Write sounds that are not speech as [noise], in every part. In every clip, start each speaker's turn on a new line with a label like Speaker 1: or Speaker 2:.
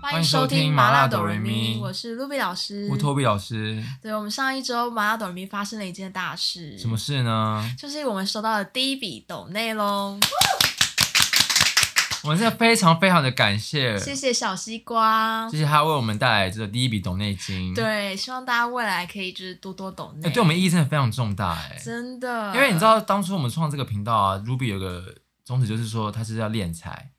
Speaker 1: 欢
Speaker 2: 迎收听麻辣哆瑞咪
Speaker 1: 我是 Ruby 老师。
Speaker 2: 乌托比老师，
Speaker 1: 对，我们上一周麻辣哆瑞咪发生了一件大事，
Speaker 2: 什么？事呢？
Speaker 1: 就是我们收到了第一笔抖内喽，
Speaker 2: 我们真的非常非常的感谢，
Speaker 1: 谢谢小西瓜。
Speaker 2: 谢谢他为我们带来这个第一笔懂内金。哎，
Speaker 1: 对，希望大家未来可以就是多多抖内、
Speaker 2: 对我们意义真的非常重大哎，
Speaker 1: 真的，
Speaker 2: 因为你知道当初我们创这个频道啊，Ruby 有个宗旨就是说他是要
Speaker 1: [laughs]
Speaker 2: 练财，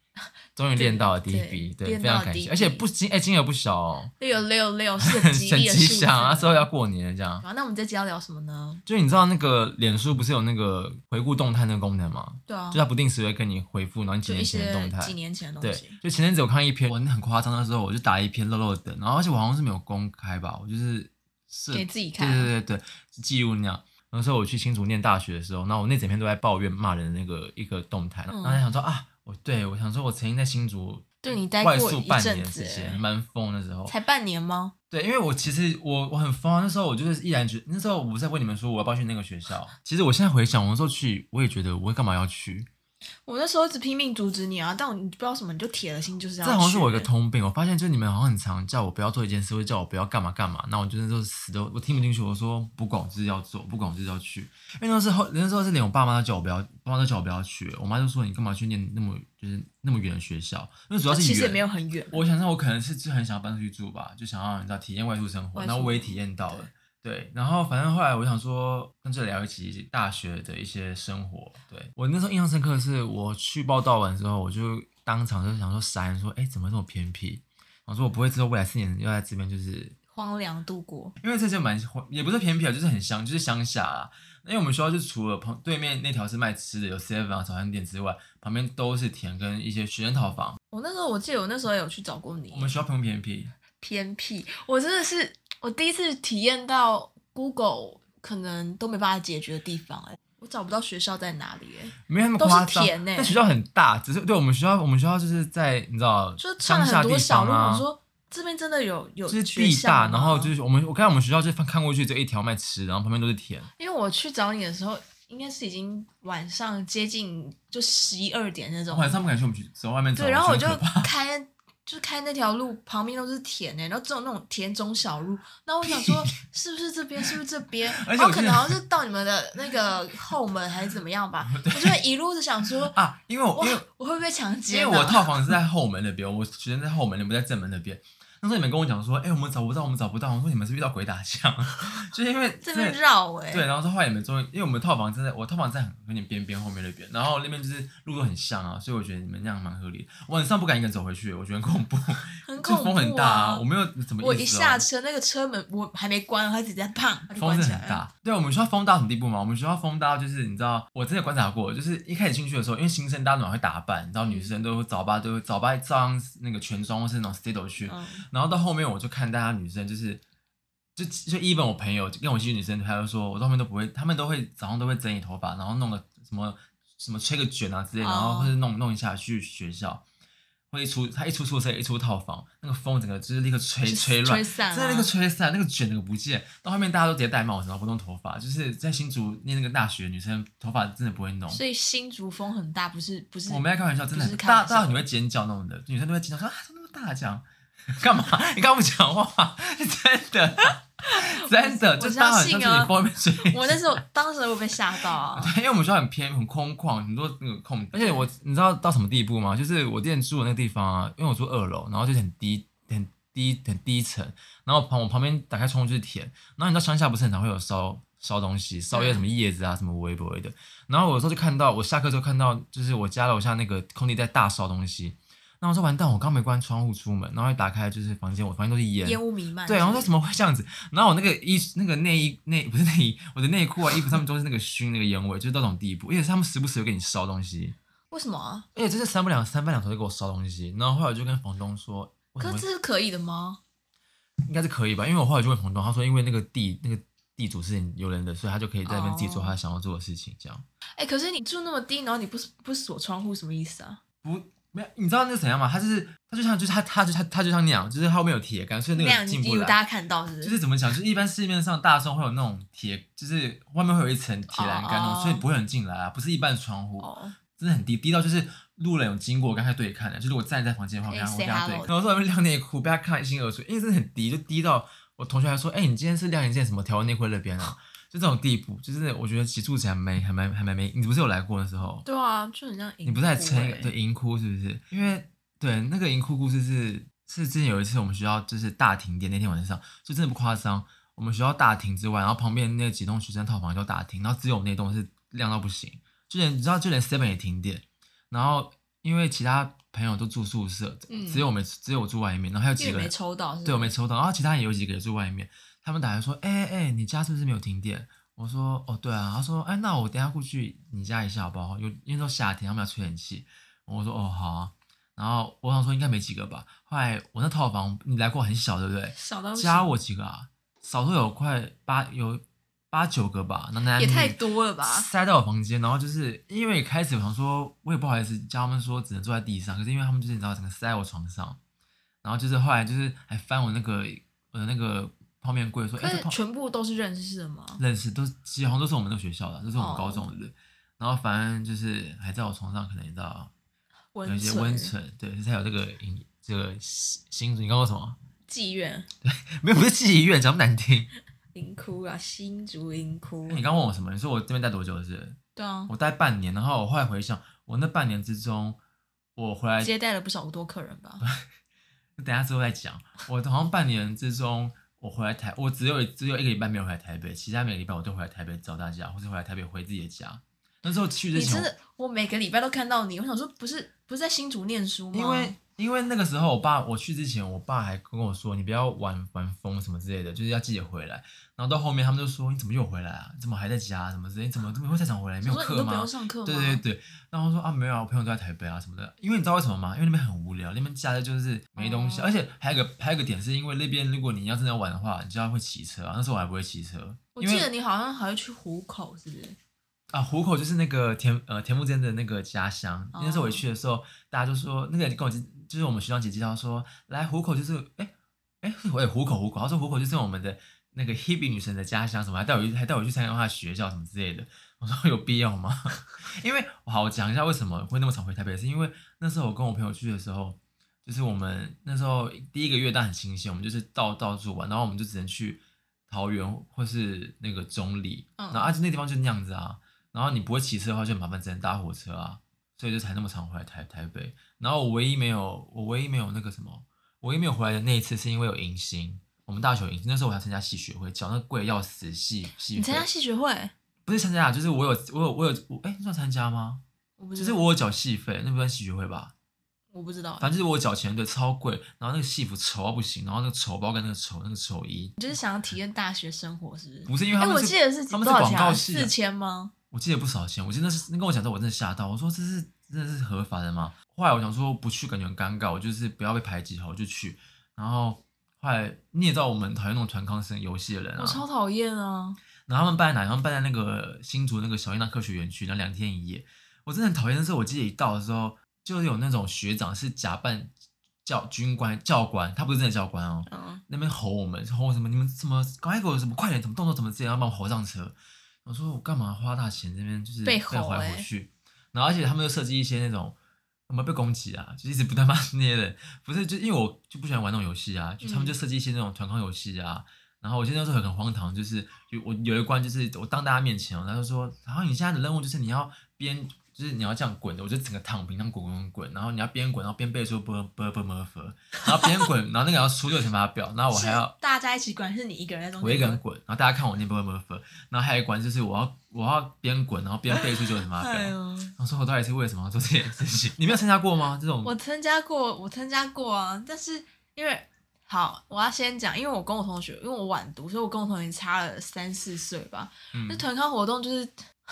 Speaker 2: 终于练到了第一笔，
Speaker 1: 对
Speaker 2: 对，
Speaker 1: 练
Speaker 2: 非
Speaker 1: 到
Speaker 2: 常感
Speaker 1: 第一
Speaker 2: 谢，
Speaker 1: 笔
Speaker 2: 而且不金哎金额不小
Speaker 1: [laughs]
Speaker 2: 哦，
Speaker 1: 六六六是很吉
Speaker 2: 很
Speaker 1: 利
Speaker 2: 吉 [laughs]
Speaker 1: 的数字。
Speaker 2: 祥啊，之后要过年了这样。
Speaker 1: 好，那我们这集要聊什么呢？
Speaker 2: 就你知道那个脸书不是有那个回顾动态那个功能吗？
Speaker 1: 对啊
Speaker 2: 就，它不定时会跟你回复，然后你几
Speaker 1: 就
Speaker 2: 年
Speaker 1: 一
Speaker 2: 前的
Speaker 1: 些
Speaker 2: 动态。
Speaker 1: 几年前的东
Speaker 2: 对
Speaker 1: 西。，
Speaker 2: 就前阵子我看一篇，我很夸张的时候，我就打了一篇肉肉的，然后而且我好像是没有公开吧，我就是是
Speaker 1: 给自己看
Speaker 2: 对对对对，是记录那样。那时候我去新竹念大学的时候，那我那整篇都在抱怨骂人的那个一个动态，
Speaker 1: 嗯
Speaker 2: 然后想说啊，我对我想说我曾经在新竹
Speaker 1: 对你待过
Speaker 2: 外宿
Speaker 1: 一
Speaker 2: 半
Speaker 1: 阵
Speaker 2: 年
Speaker 1: 子
Speaker 2: 之前
Speaker 1: 欸
Speaker 2: 蛮疯的时候，
Speaker 1: 才半年吗？
Speaker 2: 对，因为我其实我我很疯啊，那时候我就是毅然决，那时候我不是在问你们说我要不要去那个学校，其实我现在回想，我那时候去，我也觉得我干嘛要去，
Speaker 1: 我那时候一直拼命阻止你啊，但我你不知道什么，你就铁了心就是
Speaker 2: 这
Speaker 1: 要。
Speaker 2: 好像是我一个。通病，我发现就是你们好像很常叫我不要做一件事，会叫我不要干嘛干嘛，那我就是都死都我听不进去，我说不管，我就是要做，不管我就是要去。因为那时候那时候是连我爸妈都叫我不要，爸妈都叫我不要去，我妈就说你干嘛去念那么就是那么远的学校？因为主要是
Speaker 1: 啊哦其实也
Speaker 2: 远，
Speaker 1: 没有很远，
Speaker 2: 我想想，我可能是就很想要搬出去住吧，就想要你知道体验外宿生活，
Speaker 1: 外宿
Speaker 2: 然后我也体验到了。对，然后反正后来我想说，那就聊一起大学的一些生活。对我那时候印象深刻的是，我去报道完之后，我就当场就想说傻眼，说哎怎么这么偏僻？我说我不会知道未来四年要在这边，就是
Speaker 1: 荒凉度过。
Speaker 2: 因为这就蛮也不是偏僻啊，就是很乡，就是乡下啦。因为我们学校就除了旁对面那条是卖吃的，有 seven 啊早餐店之外，旁边都是田跟一些学生套房。
Speaker 1: 我那时候我记得我那时候有去找过
Speaker 2: 我们
Speaker 1: 你，
Speaker 2: 学校偏不偏僻？
Speaker 1: 偏僻。我真的是我第一次体验到 Google 可能都没办法解决的地方、哎，我找不到学校在哪里、哎，
Speaker 2: 没有那么夸
Speaker 1: 都是
Speaker 2: 张。
Speaker 1: 田欸
Speaker 2: 但学校很大，只是对我们学校，我们学校就是在你知道，
Speaker 1: 就是串
Speaker 2: 乡
Speaker 1: 了
Speaker 2: 下
Speaker 1: 很
Speaker 2: 地
Speaker 1: 多小
Speaker 2: 方
Speaker 1: 路。
Speaker 2: 啊
Speaker 1: 我，说这边真的有有
Speaker 2: 就是
Speaker 1: 学
Speaker 2: 地
Speaker 1: 校
Speaker 2: 大，
Speaker 1: 吗
Speaker 2: 然后就是我们我看我们学校就翻看过去，只有一条卖吃，然后旁边都是田。
Speaker 1: 因为我去找你的时候，应该是已经晚上接近就十一二点那种，
Speaker 2: 晚上不敢去，我们去走外面走。
Speaker 1: 对，然后我
Speaker 2: 觉
Speaker 1: 就
Speaker 2: 得很可怕 [laughs]
Speaker 1: 开，就开那条路旁边都是田诶、然后只有那种田中小路。那我想说，是不是这边？是不是这边？
Speaker 2: 而
Speaker 1: 然
Speaker 2: 且
Speaker 1: 后
Speaker 2: 我
Speaker 1: 可
Speaker 2: 记
Speaker 1: 能
Speaker 2: 得
Speaker 1: 好像是到你们的那个后门还是怎么样
Speaker 2: [laughs]
Speaker 1: 吧。我就会一路就想说，
Speaker 2: 啊，因为我
Speaker 1: 哇
Speaker 2: [laughs] 因为，
Speaker 1: 我会不会被强
Speaker 2: 因
Speaker 1: 奸
Speaker 2: 为
Speaker 1: 啊？
Speaker 2: 我套房是在后门那边，我学生在后门那边，在正门那边。那时候你们跟我讲说，哎、我们找不到，我们找不到。我说你们是遇到鬼打墙，就是因为
Speaker 1: 这
Speaker 2: 真的
Speaker 1: 边绕欸诶、
Speaker 2: 对，然后是后来你们终于，因为我们套房真的，我套房在很有点边边后面那边，然后那边就是路都很像啊，所以我觉得你们那样蛮合理的。晚上不敢一个人走回去，我觉得很恐怖，
Speaker 1: 很
Speaker 2: [laughs] 就
Speaker 1: 恐怖
Speaker 2: 风很大
Speaker 1: 啊
Speaker 2: 我！没有怎么、意
Speaker 1: 我
Speaker 2: 思
Speaker 1: 一
Speaker 2: 哦
Speaker 1: 下车，那个车门我还没关，它直接砰，它就
Speaker 2: 风
Speaker 1: 关
Speaker 2: 真
Speaker 1: 起
Speaker 2: 的
Speaker 1: 来
Speaker 2: 很
Speaker 1: 了。
Speaker 2: 大。对，我们学校风大到什么地步吗？我们学校风大到就是你知道，我真的观察过，就是一开始进去的时候，因为新生大家都很会打扮，你知道女生都会早八都会早八照样那个全妆或是那种 studio 去，
Speaker 1: 嗯，
Speaker 2: 然后到后面我就看大家女生就是，就就 even 我朋友就跟我一起去女生，她就说我到后面都不会，她们都会早上都会整理头发，然后弄个什么什么吹个卷啊之类，
Speaker 1: 哦
Speaker 2: 然后或者弄弄一下去学校，或一出她一出宿舍一出套房，那个风整个就是立刻吹
Speaker 1: 就
Speaker 2: 吹乱
Speaker 1: 吹。散
Speaker 2: 真的那
Speaker 1: 了
Speaker 2: 个。吹散，那个卷那个不见，到后面大家都直接戴帽子，然后不弄头发，就是在新竹念那个大学，女生头发真的不会弄。
Speaker 1: 所以新竹风很大，不是不是？
Speaker 2: 我没在开玩笑，真的
Speaker 1: 不是
Speaker 2: 很
Speaker 1: 开玩
Speaker 2: 大
Speaker 1: 笑
Speaker 2: 大到你会尖叫那种的，女生都会尖叫说啊，怎么那么大这样？ [laughs] 干嘛？你刚刚不讲话？ [laughs] 真的，真的，
Speaker 1: [laughs] 我
Speaker 2: 就大到
Speaker 1: 相
Speaker 2: 很像
Speaker 1: 信
Speaker 2: 是
Speaker 1: 啊
Speaker 2: 你风面吹。
Speaker 1: 我那时候当时我被吓到啊！
Speaker 2: 因为我们学校很偏很空旷，很多那个空地，而且我你知道到什么地步吗？就是我之前住的那个地方啊，因为我住二楼，然后就是很低很低很低层，然后旁我旁边打开窗户就是田，然后你知道乡下不是很常会有烧烧东西，烧一些什么叶子啊什么微博的，然后我有时候就看到我下课之后看到就是我家楼下那个空地在大烧东西，然后我说完蛋，我刚没关窗户出门，然后一打开就是房间，我房间都是烟，
Speaker 1: 烟雾弥漫。
Speaker 2: [laughs] 对，然后说
Speaker 1: 啊是
Speaker 2: 怎么会这样子？然后我那个衣那个内衣内不是内衣，我的内裤啊衣服上面都是那个熏那个烟味，就是到这种地步。而且他们时不时会给你烧东西，
Speaker 1: 为什么啊？
Speaker 2: 而且就是三不两三番两头就给我烧东西。然后后来我就跟房东说，为什
Speaker 1: 可
Speaker 2: 么
Speaker 1: 是这是可以的吗？
Speaker 2: 应该是可以吧？因为我后来就问房东，他说因为那个地那个地主是有人的，所以他就可以在那边自己
Speaker 1: 哦
Speaker 2: 做他想要做的事情，这样。
Speaker 1: 哎、可是你住那么低，然后你不不锁窗户，什么意思啊？
Speaker 2: 没有，你知道那是怎样吗？他就是他就像就是他他就他他就像那样，就是他后面有铁杆，所以那
Speaker 1: 那
Speaker 2: 个
Speaker 1: 样
Speaker 2: 进
Speaker 1: 你
Speaker 2: 不
Speaker 1: 有
Speaker 2: 来。
Speaker 1: 大家看到是不？
Speaker 2: 就是是怎么讲，就是一般市面上大众会有那种铁，就是外面会有一层铁栏杆那种
Speaker 1: 哦
Speaker 2: 所以不会有人进来啊，不是一般的窗户，
Speaker 1: 哦，
Speaker 2: 真的很低，低到就是路人有经过，我跟他对看的，就是我站在房间旁边，
Speaker 1: 可以
Speaker 2: 我跟
Speaker 1: 哎 say
Speaker 2: 他对
Speaker 1: hello
Speaker 2: 看，然后在外面晾内裤，被他看一清二楚，因为真的很低，就低到我同学还说，哎、你今天是晾一件什么条纹内裤在那边啊？就这种地步，就是我觉得洗住起来没还蛮还蛮没，你不是有来过的时候？
Speaker 1: 对啊，就很像欸
Speaker 2: 你不是还撑一个对银窟是不是？因为对那个银窟故事是是之前有一次我们学校就是大停电那天晚上，就真的不夸张，我们学校大停之外，然后旁边那几栋学生套房叫大停，然后只有我们那栋是亮到不行，就连你知道就连 seven 也停电，然后因为其他朋友都住宿舍，
Speaker 1: 嗯
Speaker 2: 只有我们只有我住外面，然后还有
Speaker 1: 因为
Speaker 2: 几个
Speaker 1: 没
Speaker 2: 人
Speaker 1: 抽到是不是，
Speaker 2: 对我没抽到，然后其他人有几个也住外面，他们打来说，哎、哎、你家是不是没有停电？我说，哦对啊，他说，哎、那我等一下过去你家一下好不好？有因为都夏天，他们要吹冷气。我说，哦好啊。然后我想说应该没几个吧，后来我那套房你来过很小对不对？
Speaker 1: 少到不行
Speaker 2: 加我几个啊，少说有快八有八九个吧，那男
Speaker 1: 也
Speaker 2: 女
Speaker 1: 太多了吧？
Speaker 2: 塞到我房间，然后就是因为开始我想说，我也不好意思叫他们说只能坐在地上，可是因为他们就是你知道整个塞在我床上，然后就是后来就是还翻我那个我的那个泡面柜说，
Speaker 1: 可
Speaker 2: 哎、
Speaker 1: 是
Speaker 2: 这泡
Speaker 1: 全部都是认识的吗？
Speaker 2: 认识都几乎都是我们那个学校的，都是我们
Speaker 1: 哦
Speaker 2: 高中的人，然后反正就是还在我床上，可能你知道有
Speaker 1: 温
Speaker 2: 一些
Speaker 1: 存、
Speaker 2: 温存，对，就是还有这个隐这个心心你刚刚说什么？
Speaker 1: 妓院、
Speaker 2: 没有，不是妓院，讲不难听。
Speaker 1: 银窟啊，新竹银窟。
Speaker 2: 你刚问我什么？你说我这边待多久是不是？
Speaker 1: 对啊，
Speaker 2: 我待半年，然后我后来回想，我那半年之中，我回来
Speaker 1: 接待了不少多客人吧？
Speaker 2: 等一下之后再讲。我好像半年之中，我回来台，我只有只有一个礼拜没有回来台北，其他每个礼拜我都回来台北找大家，或是回来台北回自己的家。那时候去之
Speaker 1: 你真
Speaker 2: 前，
Speaker 1: 的，我每个礼拜都看到你，我想说，不是不是在新竹念书吗？
Speaker 2: 因为因为那个时候我爸我去之前，我爸还跟我说，你不要玩玩疯什么之类的，就是要记得回来。然后到后面他们就说，你怎么又回来啊？你怎么还在家、什么之类？你怎么这么会太想回来？没
Speaker 1: 我
Speaker 2: 有
Speaker 1: 说你
Speaker 2: 课
Speaker 1: 都不
Speaker 2: 吗
Speaker 1: 用？上课吗？
Speaker 2: 对对对，然后我说啊没有啊，我朋友都在台北啊什么的，因为你知道为什么吗？因为那边很无聊，那边假日就是没东西，
Speaker 1: 哦
Speaker 2: 而且还有一个还有一个点是因为那边如果你要真的要玩的话，你就要会骑车啊。那时候我还不会骑车，
Speaker 1: 我
Speaker 2: 因
Speaker 1: 记得
Speaker 2: 为
Speaker 1: 你好像还会去虎口，是不是？
Speaker 2: 啊虎口就是那个田呃田馥甄的那个家乡，那时候我
Speaker 1: 哦
Speaker 2: 去的时候，大家就说那个跟我介就是我们学长姐介绍说，来虎口就是哎哎我也虎口虎口，她说虎口就是我们的那个 Hebe 女神的家乡什么，还带我去还带我去参加她的学校什么之类的。我说有必要吗？因为好，我讲一下为什么会那么常回台北，是因为那时候我跟我朋友去的时候，就是我们那时候第一个月但很新鲜，我们就是到到处玩，然后我们就只能去桃园或是那个中立，
Speaker 1: 嗯
Speaker 2: 然后而且、那地方就那样子啊，然后你不会骑车的话就很麻烦，只能搭火车啊，所以就才那么常回来台台北。然后我唯一没有，我唯一没有那个什么，我唯一没有回来的那一次是因为有迎新。我们大学有迎新那时候我还参加戏学会，缴那贵得要死戏戏
Speaker 1: 你参
Speaker 2: 费
Speaker 1: 加，戏学会？
Speaker 2: 不是参加啊，就是我有我有我有我哎、算参加吗？
Speaker 1: 我不知
Speaker 2: 就
Speaker 1: 道，
Speaker 2: 是我有缴戏费，那不算戏学会吧？
Speaker 1: 我不知道。
Speaker 2: 反正就是我有缴钱，对，超贵。然后那个戏服丑到不行，然后那个丑包跟那个丑那个丑衣，
Speaker 1: 你就是想要体验大学生活，是不
Speaker 2: 不
Speaker 1: 是？
Speaker 2: 是因为
Speaker 1: 哎、
Speaker 2: 他们
Speaker 1: 我
Speaker 2: 是、
Speaker 1: 记得是
Speaker 2: 他
Speaker 1: 多
Speaker 2: 们是
Speaker 1: 少
Speaker 2: 广
Speaker 1: 钱、
Speaker 2: 告
Speaker 1: 啊？
Speaker 2: 系、
Speaker 1: 四千吗？
Speaker 2: 我记得不少钱，我记得那是那跟我讲之后，我真的吓到，我说这是真的是合法的吗？后来我想说不去感觉很尴尬，我就是不要被排挤，好我就去。然后后来你也知道我们讨厌那种团康生游戏的人啊
Speaker 1: 我，超讨厌啊！
Speaker 2: 然后他们办在哪？他们办在那个新竹那个小燕娜科学园区，然后两天一夜。我真的很讨厌的是，我记得一到的时候，就有那种学长是假扮教军官教官，他不是真的教官哦，
Speaker 1: 嗯，
Speaker 2: 那边吼我们，吼什么？你们怎么赶快给我什么快点，怎么动作怎么这样，要把我吼上车？我说我干嘛花大钱这边就是
Speaker 1: 被
Speaker 2: 吼
Speaker 1: 吼
Speaker 2: 来吼
Speaker 1: 欸
Speaker 2: 去，然后而且他们又设计一些那种我们被攻击啊，就一直不断骂那些人，不是就因为我就不喜欢玩那种游戏啊，就他们
Speaker 1: 嗯
Speaker 2: 就设计一些那种团康游戏啊。然后我现在时候很荒唐，就是有我有一关就是我当大家面前哦，他就说，然后你现在的任务就是你要边就是你要这样滚的，我就整个躺平，这样滚滚滚，然后你要边滚，然后边背说啵啵啵啷啵，然后边滚，然后那个要出六乘法表，然后哦我还要
Speaker 1: 是大家一起管，还是你一个人在中间？
Speaker 2: 我一个人滚，然后大家看我念不会不会分，然后还有一关就是我要我要边滚然后边背出九乘法表，
Speaker 1: 哎
Speaker 2: 然
Speaker 1: 呦，
Speaker 2: 后说我到底是为什么要做这件事情？你没有参加过吗？这种
Speaker 1: 我参加过，我参加过啊，但是因为好，我要先讲，因为我跟我同学，因为我晚读，所以我跟我同学差了三四岁吧。
Speaker 2: 嗯
Speaker 1: 那团康活动就是 [sighs]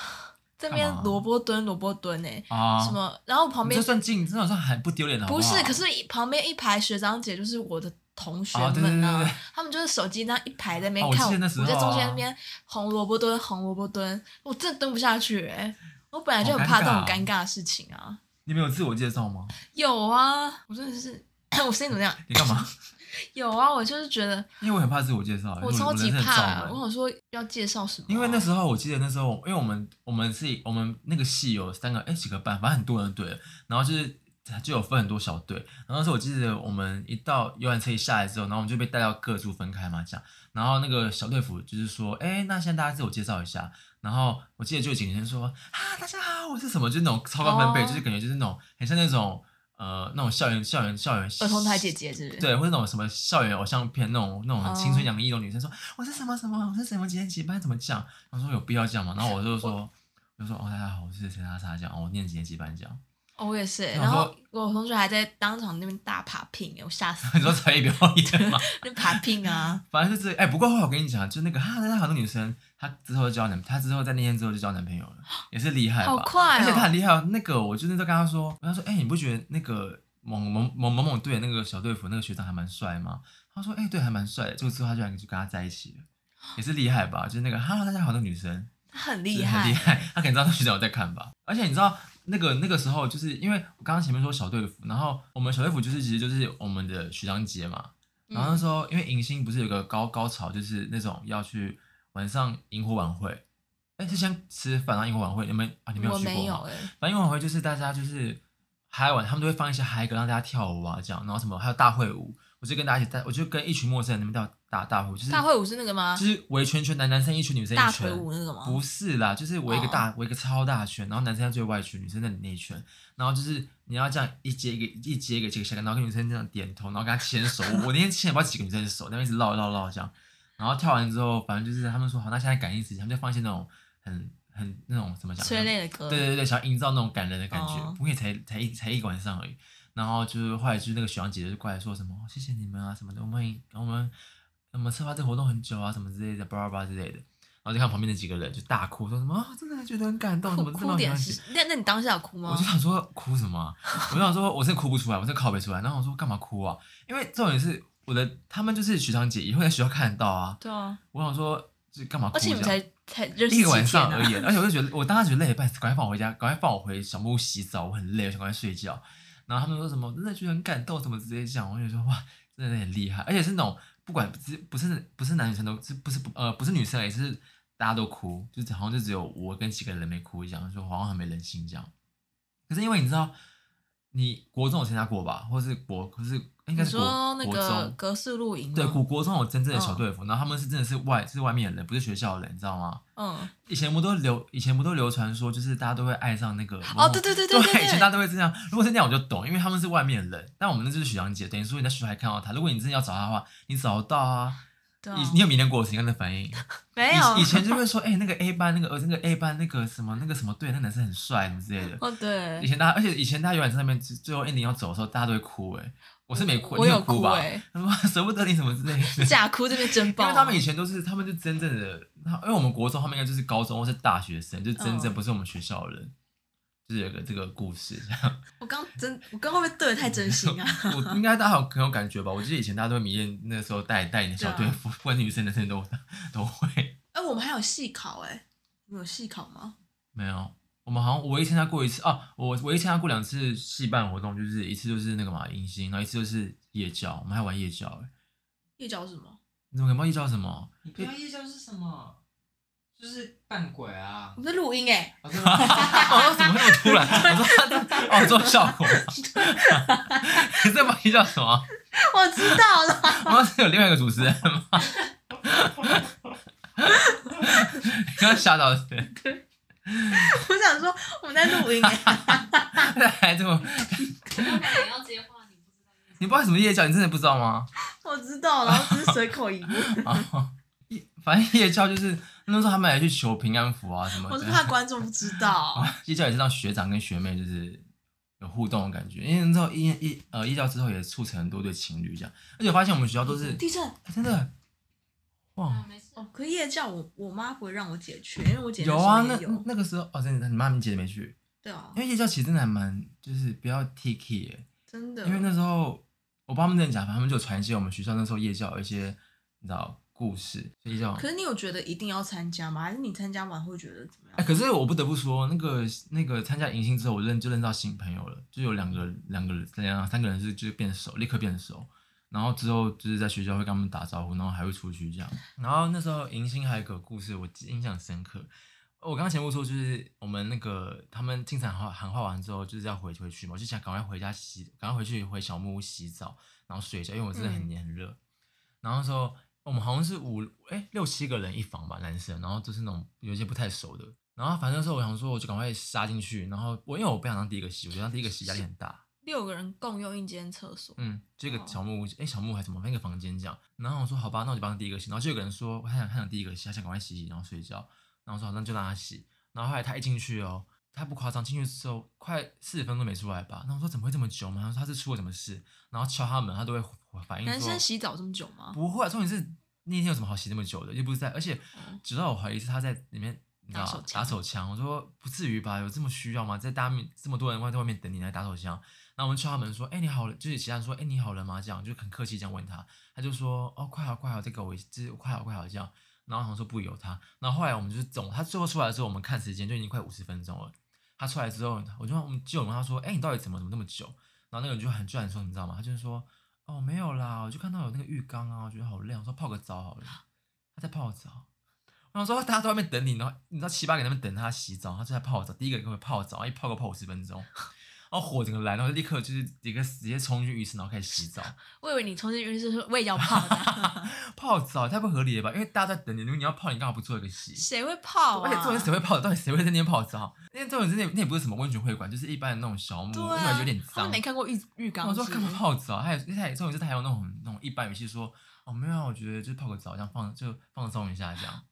Speaker 1: 这边
Speaker 2: 干嘛
Speaker 1: 萝卜蹲萝卜蹲哎、
Speaker 2: 啊，
Speaker 1: 什么，然后旁
Speaker 2: 你
Speaker 1: 边
Speaker 2: 这算进，这种算很不丢脸的好
Speaker 1: 不
Speaker 2: 好，
Speaker 1: 是，可是一旁边一排学长姐就是我的同学
Speaker 2: 哦对对
Speaker 1: 们啊，
Speaker 2: 对对
Speaker 1: 他们就是手机那样一排在那
Speaker 2: 哦
Speaker 1: 边
Speaker 2: 我
Speaker 1: 看
Speaker 2: 记
Speaker 1: 我，
Speaker 2: 得那时候
Speaker 1: 在中间
Speaker 2: 啊
Speaker 1: 那边红萝卜蹲红萝卜蹲，我真的蹲不下去哎、我本来就
Speaker 2: 好
Speaker 1: 很
Speaker 2: 尴
Speaker 1: 怕这种
Speaker 2: 尬
Speaker 1: 尴尬的事情啊，
Speaker 2: 你没有自我介绍吗？
Speaker 1: [clears throat] 有啊，我真的是我声音怎么样？
Speaker 2: 你干嘛？
Speaker 1: 有啊，我就是觉得
Speaker 2: 因为我很怕自我介哦绍，因为
Speaker 1: 我超级
Speaker 2: 人生很
Speaker 1: 怕，啊
Speaker 2: 罩
Speaker 1: 我
Speaker 2: 门
Speaker 1: 想说要介绍什么啊、
Speaker 2: 因为那时候我记得那时候，因为我们我们是我们那个系有三个哎几个班，反正很多人队了，然后就是就有分很多小队。然后那时候我记得我们一到游览车一下来之后，然后我们就被带到各处分开嘛，这样。然后那个小队服就是说，哎，那现在大家自我介绍一下。然后我记得就有几个人说啊，大家好，我是什么，就是那种超高分贝，
Speaker 1: 哦
Speaker 2: 就是感觉就是那种很像那种呃那种校园校园校园
Speaker 1: 儿童台姐姐是不是？，
Speaker 2: 对，或者那种什么校园偶像片那种那种很青春
Speaker 1: 哦
Speaker 2: 洋溢的女生说、我是什么什么，我是什么几年几班怎么讲？我说有必要这样吗？然后我就说，我就说哦大家好，我是谁啥啥讲，哦我念几年几班讲。
Speaker 1: 哦、我也是欸、
Speaker 2: 然
Speaker 1: 然
Speaker 2: 后
Speaker 1: 后我同学还在当场那边大爬拼，我吓死
Speaker 2: [laughs] [laughs] 你
Speaker 1: [laughs]
Speaker 2: 说才艺表演嘛，
Speaker 1: 那爬拼
Speaker 2: [laughs]
Speaker 1: 啊，
Speaker 2: 反正就是哎、不过后来我跟你讲，就那个哈大家好的女生，她之后就交男，她之后在那天之后就交男朋友了，也是厉害吧？
Speaker 1: 好快
Speaker 2: 而且她
Speaker 1: 哦！
Speaker 2: 很厉害哦，那个我就是那时候跟她说，我跟她说，哎、你不觉得那个某某某某某队那个小队服那个学长还蛮帅吗？她说，哎、对，还蛮帅的。就之后她居然就跟他在一起了，也是厉害吧？就是那个 “hello，大家好”那个女生，
Speaker 1: 她很
Speaker 2: 就是
Speaker 1: 厉
Speaker 2: 很
Speaker 1: 害，
Speaker 2: 厉害。她可能知道那学长有在看吧。而且你知道那个那个时候，就是因为我刚刚前面说小队服，然后我们小队服就是其实就是我们的学长姐嘛。然后那
Speaker 1: 嗯，
Speaker 2: 时候因为迎新不是有个高高潮，就是那种要去晚上萤火晚会。哎，是先吃饭，然后萤火晚会，你们啊，你们有
Speaker 1: 我
Speaker 2: 去过吗？
Speaker 1: 没有哎、
Speaker 2: 反正晚会就是大家就是嗨完，他们都会放一些嗨歌让大家跳舞啊，这样，然后什么还有大会舞，我就跟大家一起在，我就跟一群陌生人那边跳大大会舞，就是
Speaker 1: 大会舞是那个吗
Speaker 2: 就？是围圈圈，男男生一圈，女生一
Speaker 1: 大腿
Speaker 2: 圈。
Speaker 1: 舞那个吗？
Speaker 2: 不是啦，就是围一个大，围一个超大圈，然后男生在最外圈，女生在你内圈，然后就是你要这样一接一个，一接一个接一个下来，然后跟女生这样点头，然后跟她牵手。我我那天牵了不知道几个女生的手，那边一直绕绕绕这样，然后跳完之后，反正就是他们说好，那现在感应时间，他们就放一些那种很很那种怎么讲，
Speaker 1: 催泪的歌，
Speaker 2: 对对对，想营造那种感人的感觉。
Speaker 1: 嗯哦
Speaker 2: 不过也才才一才一个晚上而已。然后就是后来就是那个学长姐姐就过来说什么、哦谢谢你们啊什么的，我们我们我们策划这个活动很久啊什么之类的，巴拉巴拉之类的。然后就看旁边那几个人就大哭，说什么啊、真的觉得很感动，怎
Speaker 1: 哭
Speaker 2: 么这
Speaker 1: 哭
Speaker 2: 么
Speaker 1: 点
Speaker 2: 感
Speaker 1: 是那那你当下有哭
Speaker 2: 我
Speaker 1: 吗
Speaker 2: 就？想说哭什么啊、我就想说我真的哭不出来，我真的靠不出来。然后我说干嘛哭啊？因为重点是我的他们就是学长姐，也会在学校看得到啊。
Speaker 1: 对啊，
Speaker 2: 我想说这干嘛哭
Speaker 1: 而
Speaker 2: 这
Speaker 1: 且你们
Speaker 2: 样？
Speaker 1: 才才认识
Speaker 2: 一
Speaker 1: 几
Speaker 2: 个晚上而
Speaker 1: 天啊，
Speaker 2: 已，而且我就觉得，我当时觉得累得半死，赶快放我回家，赶快放我回小木屋洗澡，我很累，我想赶快睡觉。然后他们说什么，真的觉得很感动，什么直接讲，我就觉得哇，真的很厉害，而且是那种不管不是不是不是男女生都是不是呃不是女生也是大家都哭，就是好像就只有我跟几个人没哭一样，就好像很没人性这样。可是因为你知道，你国中有参加过吧，或是国可是应该
Speaker 1: 你
Speaker 2: 是国
Speaker 1: 说那
Speaker 2: 国
Speaker 1: 个
Speaker 2: 中
Speaker 1: 格式露营吗，嗯
Speaker 2: 对国国中有真正的小队服，然后他们是真的是外是外面的人，不是学校的人，你知道吗？
Speaker 1: 嗯，
Speaker 2: 以前不都流，以前不都流传说，就是大家都会爱上那个某某
Speaker 1: 哦对对对
Speaker 2: 对
Speaker 1: 对对
Speaker 2: 以前大家都会这样。如果是那样，我就懂，因为他们是外面人，但我们那就是学长姐，等于说你在学校还看到她。如果你真的要找她的话，你找得到啊。
Speaker 1: 对啊
Speaker 2: 你你有明天过我时间的反应？
Speaker 1: 没有
Speaker 2: 以以前就会说，哎、那个 A 班那个呃那个 A 班那个什么那个什么队，那个男生很帅什么之类的。
Speaker 1: 哦
Speaker 2: 以
Speaker 1: 对，
Speaker 2: 前大家，而且以前大家游览车那边最最后 ending 要走的时候，大家都会哭、哎，我是没哭，
Speaker 1: 我
Speaker 2: 你
Speaker 1: 有
Speaker 2: 哭吧？
Speaker 1: 哎，
Speaker 2: 他说 [laughs] 舍不得你什么之类的。
Speaker 1: 假哭这边真
Speaker 2: [laughs] 因
Speaker 1: 爆，
Speaker 2: 为他们以前都是，他们就真正的，他因为我们国中，他们应该就是高中或是大学生，就真正
Speaker 1: 嗯
Speaker 2: 不是我们学校的人，就是有个这个故事。 [laughs] 这样
Speaker 1: 我刚真我刚会不会对的太真心啊？
Speaker 2: 我应该大家有很有感觉吧？我记得以前大家都会迷恋那时候带带你的小队服，
Speaker 1: 啊
Speaker 2: 不管是女生男生都 [laughs] 都会。
Speaker 1: [laughs] 哎，我们还有细考哎，你们有细考吗？
Speaker 2: 没有，我们好像我唯一参加过一次啊，我唯一参加过两次戏办活动，就是一次就是那个嘛迎新，然后一次就是夜教，我们还玩夜教、欸。
Speaker 1: 夜教是什么？
Speaker 2: 你怎么可能夜教什么？
Speaker 3: 你不要夜校是什么？就是扮鬼啊
Speaker 1: 我！们在录音
Speaker 2: [laughs]
Speaker 1: 哎，
Speaker 3: 我说
Speaker 2: 我说哦怎么那么突然？ [laughs] 我说哦，做效果 [laughs] 吗。你这把戏叫什么？
Speaker 1: [laughs] 我知道
Speaker 2: [laughs]
Speaker 1: 了，
Speaker 2: 我们是有另外一个主持人吗？ [laughs] 你刚刚吓到谁？
Speaker 1: 我想说我们在录音哎，
Speaker 2: 还这么，
Speaker 4: 你要接话，你不知道。
Speaker 2: 你不知道什么夜教，你真的不知道吗？
Speaker 1: 我知道了，我只是随口一
Speaker 2: [laughs]
Speaker 1: 问，
Speaker 2: 啊，反正夜教就是那时候他们也去求平安符啊什么
Speaker 1: 我是
Speaker 2: 的。
Speaker 1: 怕观众不知道。
Speaker 2: 夜教也是让学长跟学妹就是有互动的感觉，因为你知道夜夜呃夜教之后也促成很多对情侣这样，而且我发现我们学校都是、
Speaker 1: 地震
Speaker 2: 哎真的哇。
Speaker 4: 没事。
Speaker 1: 哦，可是夜教我我妈不会让我姐去，因为我姐那时
Speaker 2: 有
Speaker 1: 候
Speaker 2: 啊，
Speaker 1: 也
Speaker 2: 那
Speaker 1: 有
Speaker 2: 那个时候哦，真的，你妈咪姐姐没去，
Speaker 1: 对啊
Speaker 2: 因，为夜校其实真的还蛮就是比较 ticky 耶、
Speaker 1: 真的，
Speaker 2: 因为那时候我帮他们真的讲，反正他们就有传一些我们学校那时候夜校有一些你知道故事，所以夜校。
Speaker 1: 可是你有觉得一定要参加吗？还是你参加完会觉得怎么
Speaker 2: 哎、
Speaker 1: 样？
Speaker 2: 可是我不得不说，那个那个参加迎新之后，我认就认到新朋友了，就有两个两个两三个人是就变熟，立刻变熟。然后之后就是在学校会跟他们打招呼，然后还会出去这样。然后那时候迎新还有个故事，我记印象深刻。哦我刚刚前面说，就是我们那个他们进场喊喊话完之后，就是要回回去嘛，我就想赶快回家洗，赶快回去回小木屋洗澡，然后睡一觉，因为我真的很黏很热。然后那时候我们好像是五哎、六七个人一房吧，男生，然后就是那种有一些不太熟的。然后反正那时候我想说，我就赶快杀进去，然后我因为我不想当第一个洗，我觉得当第一个洗压力很大。
Speaker 1: 六个人共用一间厕所，
Speaker 2: 嗯，这个
Speaker 1: 哦
Speaker 2: 小木屋，哎、小木屋还是什么那个房间这样。然后我说好吧，那我就帮第一个洗。然后就有个人说他想他想第一个洗，他想赶快洗洗，然后睡觉。然后我说好，那就让他洗。然后后来他一进去哦，他不夸张，进去之后快四十分钟没出来吧。然后我说怎么会这么久嘛？他说他是出了什么事？然后敲他门，他都会反应说
Speaker 1: 男生洗澡这么久吗？
Speaker 2: 不会啊，重点是那天有什么好洗那么久的？又不是在，而且
Speaker 1: 哦
Speaker 2: 直到我怀疑是他在里面。你知道
Speaker 1: 打手枪
Speaker 2: 打手枪，我说不至于吧，有这么需要吗？在大面这么多人外在外面等你来打手枪，然后我们敲他门说，哎、你好了，就是其他人说，哎、你好了吗？这样就很客气这样问他，他就说，哦，快好快好，再给我一支，快好快好这样，然后好像说不由他，然后后来我们就是总，他最后出来的时候，我们看时间就已经快五十分钟了，他出来之后，我就我们就有问他说，哎、你到底怎么怎么那么久？然后那个人就很居然说，你知道吗？他就是说，哦，没有啦，我就看到有那个浴缸啊，我觉得好亮，我说泡个澡好了。他在泡澡，我想说大家都在外面等你，然后你知道七八个人在那边等他洗澡，他就在泡澡，第一个人给我泡澡，一泡个泡五十分钟，然后火整个来，然后立刻就是直接直接冲进浴室，然后开始洗澡，
Speaker 1: 我以为你冲进浴室说我也要泡的，
Speaker 2: [laughs] 泡澡太不合理了吧？因为大家在等你，如果你要泡，你干嘛不做一个洗？
Speaker 1: 谁会泡
Speaker 2: 而且重点
Speaker 1: 啊
Speaker 2: 是？谁会泡？到底谁会在那边泡澡？因为重点是那那也不是什么温泉会馆，就是一般的那种小木屋，
Speaker 1: 对
Speaker 2: 因为
Speaker 1: 啊，
Speaker 2: 有点
Speaker 1: 他
Speaker 2: 脏
Speaker 1: 们。没看过浴浴缸
Speaker 2: 我
Speaker 1: 是
Speaker 2: 说
Speaker 1: 不是，
Speaker 2: 干嘛泡澡？还有还有重点是他还有那种那种一般语气说哦没有啊，我觉得就是泡个澡这样放就放松一下这样，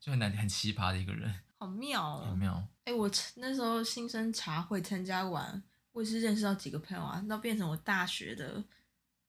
Speaker 2: 就很难很奇葩的一个人，
Speaker 1: 好妙
Speaker 2: 有
Speaker 1: 哦！
Speaker 2: 没有？
Speaker 1: 哎、我那时候新生茶会参加完，我也是认识到几个朋友啊，那变成我大学的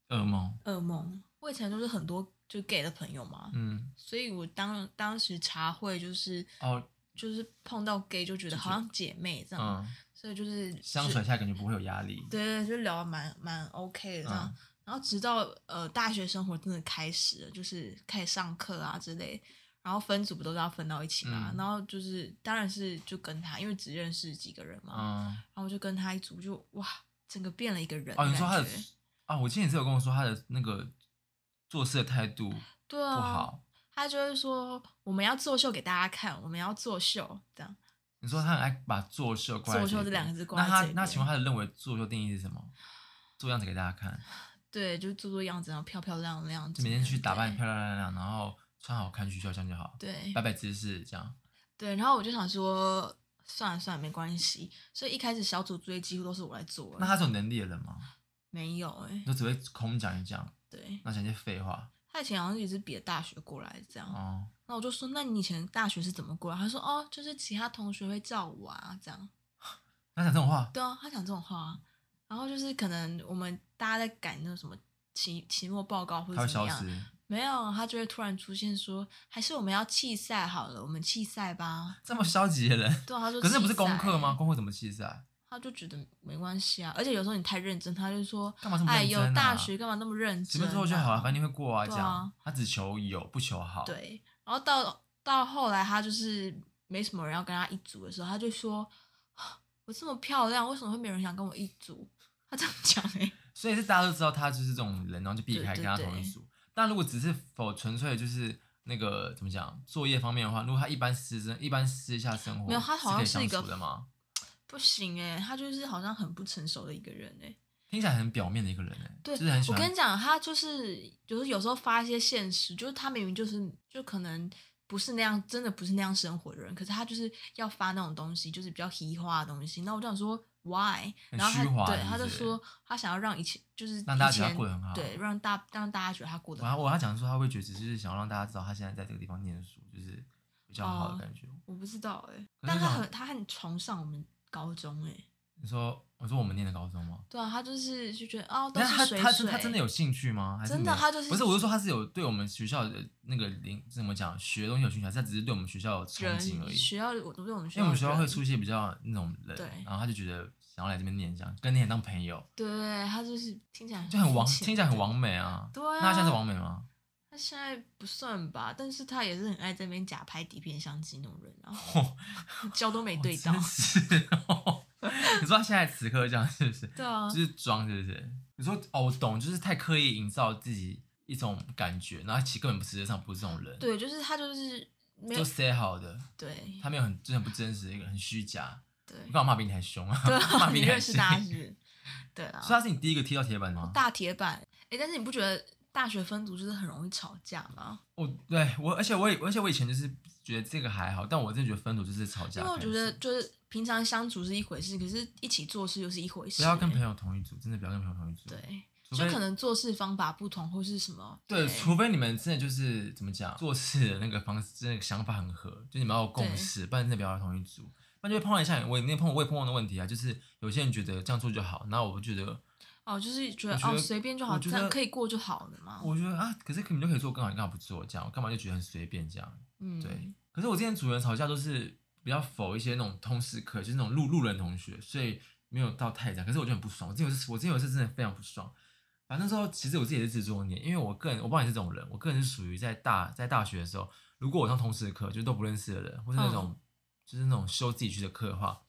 Speaker 2: 噩梦，
Speaker 1: 噩梦。我以前就是很多就 gay 的朋友嘛，
Speaker 2: 嗯，
Speaker 1: 所以我当当时茶会就是
Speaker 2: 哦，
Speaker 1: 就是碰到 gay 就觉得好像姐妹这样，
Speaker 2: 嗯，
Speaker 1: 所以就是
Speaker 2: 相处一下感觉不会有压力，
Speaker 1: 对对，就聊得蛮蛮 OK 的这样。
Speaker 2: 嗯
Speaker 1: 然后直到呃大学生活真的开始了，就是开始上课啊之类，然后分组不都是要分到一起嘛？
Speaker 2: 嗯
Speaker 1: 然后就是当然是就跟他，因为只认识几个人嘛，
Speaker 2: 嗯，
Speaker 1: 然后我就跟他一组就，哇，整个变了一个人的
Speaker 2: 哦，
Speaker 1: 感
Speaker 2: 你
Speaker 1: 觉。
Speaker 2: 说他的啊，我记得你是有跟我说他的那个做事的态度
Speaker 1: 对
Speaker 2: 不
Speaker 1: 啊，
Speaker 2: 好，
Speaker 1: 他就会说我们要作秀给大家看，我们要作秀这样。
Speaker 2: 你说他很爱把作秀挂在
Speaker 1: 作秀
Speaker 2: 嘴
Speaker 1: 这
Speaker 2: 边
Speaker 1: 两个字挂
Speaker 2: 那
Speaker 1: 在
Speaker 2: 他
Speaker 1: 嘴
Speaker 2: 那
Speaker 1: 边
Speaker 2: 请问他的认为作秀定义是什么？做样子给大家看，
Speaker 1: 对，就做做样子，然后漂漂亮亮之
Speaker 2: 就
Speaker 1: 类的，
Speaker 2: 每天去打扮漂漂亮亮，然后穿好看去学校这样就好，
Speaker 1: 对。对
Speaker 2: 摆摆姿势这样。
Speaker 1: 对，然后我就想说，算了算了，没关系。所以一开始小组作业几乎都是我来做欸，
Speaker 2: 那他是有能力的人吗？
Speaker 1: 没有哎、
Speaker 2: 就只会空讲一讲，
Speaker 1: 对
Speaker 2: 那讲一些废话
Speaker 1: 他以前好像也是别的大学过来这样。
Speaker 2: 哦。
Speaker 1: 那我就说，那你以前大学是怎么过来？他说，哦，就是其他同学会叫我啊，这样。
Speaker 2: 他讲这种话，
Speaker 1: 对啊，他讲这种话啊。然后就是可能我们大家在赶那个什么期期末报告或
Speaker 2: 他
Speaker 1: 者
Speaker 2: 会
Speaker 1: 怎么
Speaker 2: 消
Speaker 1: 样，
Speaker 2: 失。
Speaker 1: 没有，他就会突然出现说，还是我们要弃赛好了，我们弃赛吧。
Speaker 2: 这么消极的人，
Speaker 1: 对啊，他说，
Speaker 2: 可是不是功课吗？？功课怎么啊弃赛？
Speaker 1: 他就觉得没关系啊，而且有时候你太认真，他就说
Speaker 2: 干嘛这么
Speaker 1: 哎
Speaker 2: 认
Speaker 1: 呦
Speaker 2: 真啊？，
Speaker 1: 大学干嘛那么认真、啊？
Speaker 2: 随便做就好了，反正你会过啊。这
Speaker 1: 对啊
Speaker 2: 样，他只求有不求好。，
Speaker 1: 对，然后到到后来，他就是没什么人要跟他一组的时候，他就说：“啊我这么漂亮，为什么会没有人想跟我一组？”他这样讲哎、
Speaker 2: 所以是大家都知道他就是这种人，然后就避开
Speaker 1: 对对
Speaker 2: 跟他同一组。但如果只是否纯粹就是那个怎么讲作业方面的话，如果他一般私生一般私下生活，
Speaker 1: 没有他好像
Speaker 2: 是可
Speaker 1: 是
Speaker 2: 以
Speaker 1: 一个
Speaker 2: 相处的嘛，
Speaker 1: 不行哎、他就是好像很不成熟的一个人哎、
Speaker 2: 听起来很表面的一个人哎，
Speaker 1: 对，
Speaker 2: 就是很喜
Speaker 1: 我跟
Speaker 2: 欢
Speaker 1: 你讲，他就是就是有时候发一些现实，就是他明明就是就可能不是那样，真的不是那样生活的人，可是他就是要发那种东西，就是比较嘻化的东西。那我就想说，why？
Speaker 2: 很
Speaker 1: 然后他
Speaker 2: 虚华
Speaker 1: 对
Speaker 2: 是不
Speaker 1: 他就是说，他想要让以前就是
Speaker 2: 让大家
Speaker 1: 以
Speaker 2: 觉得他
Speaker 1: 前
Speaker 2: 过得很好
Speaker 1: 对，让大让大家觉得他过得
Speaker 2: 我
Speaker 1: 很
Speaker 2: 还
Speaker 1: 好。
Speaker 2: 我还讲说他会觉得只是想要让大家知道他现在在这个地方念书，就是比较好
Speaker 1: 哦
Speaker 2: 的感觉。
Speaker 1: 我不知道哎、
Speaker 2: 可
Speaker 1: 但
Speaker 2: 是
Speaker 1: 他
Speaker 2: 他
Speaker 1: 很他很崇尚我们高中哎、
Speaker 2: 你说我说我们念的高中吗？
Speaker 1: 对啊，他就是就觉得哦，都
Speaker 2: 但
Speaker 1: 是
Speaker 2: 他
Speaker 1: 水
Speaker 2: 他
Speaker 1: 水，
Speaker 2: 他真的有兴趣吗？还是
Speaker 1: 真的
Speaker 2: 没有
Speaker 1: 他就是
Speaker 2: 不是我是说他是有对我们学校的那个领怎么讲学的东西有兴趣，还是他只是对我们学校有憧憬而
Speaker 1: 人
Speaker 2: 已？
Speaker 1: 学校我都是我们学校
Speaker 2: 因为我们学校
Speaker 1: 人
Speaker 2: 会出现比较那种人，
Speaker 1: 对
Speaker 2: 然后他就觉得想要来这边念，这样跟你很当朋友，
Speaker 1: 对对对，他就是听起来
Speaker 2: 就很
Speaker 1: 肤
Speaker 2: 完，
Speaker 1: 浅
Speaker 2: 听起来很
Speaker 1: 对
Speaker 2: 完美啊。
Speaker 1: 对啊
Speaker 2: 那他现在是完美吗？
Speaker 1: 他现在不算吧，但是他也是很爱在那边假拍底片相机那种人啊，焦都没对到
Speaker 2: [laughs] 哦真。是哦。你说他现在此刻这样是不是？
Speaker 1: 对啊
Speaker 2: 就，是装是不是？你说哦，我懂，就是太刻意营造自己一种感觉，然后其实根本不实际上不是这种人，
Speaker 1: 对，就是他就是没有
Speaker 2: 就 say 好的，
Speaker 1: 对
Speaker 2: 他没有很就是很不真实的一个人，很虚假。
Speaker 1: 对
Speaker 2: 我刚好骂比你还凶啊，
Speaker 1: 对
Speaker 2: [laughs] 骂
Speaker 1: 啊，
Speaker 2: 比
Speaker 1: 你
Speaker 2: 还
Speaker 1: 认识大
Speaker 2: 凶。
Speaker 1: 师，对啊，
Speaker 2: 所以他是你第一个踢到铁板的吗？
Speaker 1: 大铁板。哎，但是你不觉得大学分组就是很容易吵架吗？
Speaker 2: 我对我，而且我也，而且我以前就是觉得这个还好，但我真的觉得分组就是吵架
Speaker 1: 因
Speaker 2: 开
Speaker 1: 为
Speaker 2: 始。
Speaker 1: 我觉得就是平常相处是一回事，可是一起做事又是一回事。
Speaker 2: 不要跟朋友同一组，真的不要跟朋友同一组。
Speaker 1: 对，
Speaker 2: 除
Speaker 1: 就
Speaker 2: 非
Speaker 1: 可能做事方法不同或是什么。
Speaker 2: 对，除非你们真的就是怎么讲，做事的那个方式、真的想法很合，就你们要有共识，不然真的不要同一组。那就会碰到一下，我也没有碰，我也碰到的问题啊，就是有些人觉得这样做就好，那我觉得，
Speaker 1: 哦，就是觉
Speaker 2: 我
Speaker 1: 得
Speaker 2: 觉
Speaker 1: 哦
Speaker 2: 得
Speaker 1: 随便就
Speaker 2: 我
Speaker 1: 好，
Speaker 2: 觉
Speaker 1: 这
Speaker 2: 得
Speaker 1: 样可以过就好了嘛。
Speaker 2: 我觉得啊，可是你们就可以做更好，你干嘛不做这样？我干嘛就觉得很随便这样？
Speaker 1: 嗯，
Speaker 2: 对。可是我之前组员吵架都是比较否一些那种通识课，就是那种路路人同学，所以没有到太这样。可是我就很不爽，我之前有一次我之前有一次真的非常不爽。反正那时候其实我自己也是自作孽，因为我个人我不知道你是这种人，我个人是属于在大在大学的时候，如果我上通识课，就是都不认识的人，或是那种、
Speaker 1: 嗯
Speaker 2: 就是那种修自己去的课的话，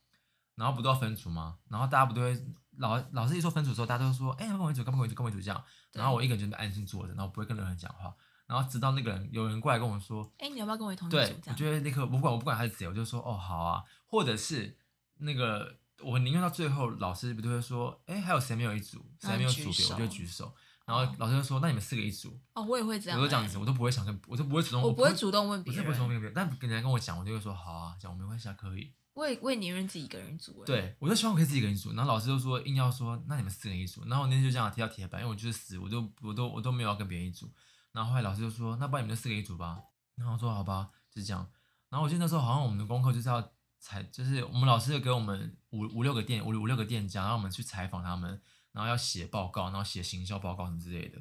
Speaker 2: 然后不都要分组吗？然后大家不都会老老师一说分组的时候，大家都说哎、要不要跟我一组，干嘛跟我一组，跟我一组这样。
Speaker 1: 对
Speaker 2: 然后我一个人就安静坐着，然后不会跟任何人讲话。然后直到那个人有人过来跟我说，
Speaker 1: 哎，你要不要跟我一同组
Speaker 2: 对，
Speaker 1: 这
Speaker 2: 我
Speaker 1: 样？
Speaker 2: 觉得立刻我不管我不管他是谁，我就说哦好啊，或者是那个我宁愿到最后老师不就会说，哎还有谁没有一组，谁
Speaker 1: 然后
Speaker 2: 没有
Speaker 1: 啊举
Speaker 2: 组别，我
Speaker 1: 手
Speaker 2: 就会举手，然后
Speaker 1: 哦
Speaker 2: 老师就说那你们四个一组，
Speaker 1: 哦，我也会这
Speaker 2: 我
Speaker 1: 样。
Speaker 2: 都这样子，，我都不会想跟，我都不会主动，
Speaker 1: 我
Speaker 2: 不
Speaker 1: 不会主动问
Speaker 2: 我
Speaker 1: 别
Speaker 2: 是不会主动
Speaker 1: 人，
Speaker 2: 跟别人，但人家跟我讲，我就会说好啊，讲我没关系啊，可以。
Speaker 1: 我也我也宁愿自己一个人组。哎，
Speaker 2: 对，我就希望我可以自己一个人组，然后老师就说硬要说，那你们四个人一组，然后我那天就这样踢到铁板，因为我就是死，我都我都我都没有要跟别人一组，然后后来老师就说，那不然你们就四个一组吧，然后我说好吧，就是这样，然后我记得那时候好像我们的功课就是要采，就是我们老师就给我们五五六个店五五六个店家，然后我们去采访他们，然后要写报告，然后写行销报告什么之类的。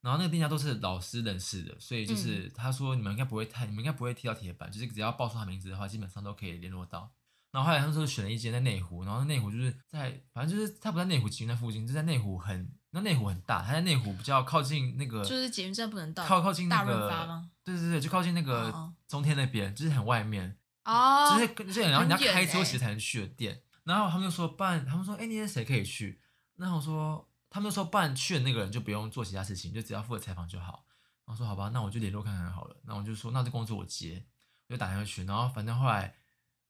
Speaker 2: 然后那个店家都是老师认识的，所以就是他说你们应该不会太，你们应该不会踢到铁板，就是只要报出他名字的话，基本上都可以联络到。然后后来他们说选了一间在内湖，然后内湖就是在，反正就是他不在内湖集运站附近，就在内湖很，那内湖很大，他在内湖比较靠近那个，
Speaker 1: 就是捷运站不能到，
Speaker 2: 靠靠近那
Speaker 1: 大润发
Speaker 2: 个
Speaker 1: 吗？，
Speaker 2: 对对对，就靠近那
Speaker 1: 哦
Speaker 2: 个
Speaker 1: 哦
Speaker 2: 中天那边，就是很外面，
Speaker 1: 哦，
Speaker 2: 就是跟就是然后你要
Speaker 1: 很远
Speaker 2: 开车
Speaker 1: 欸
Speaker 2: 其实才能去的店。然后他们就说办，他们说哎、那天谁可以去？那我说他们就说办去的那个人就不用做其他事情，就只要负责采访就好。然后说好吧，那我就联络看看好了。然后我就说那这工作我接，我就打电话去。然后反正后来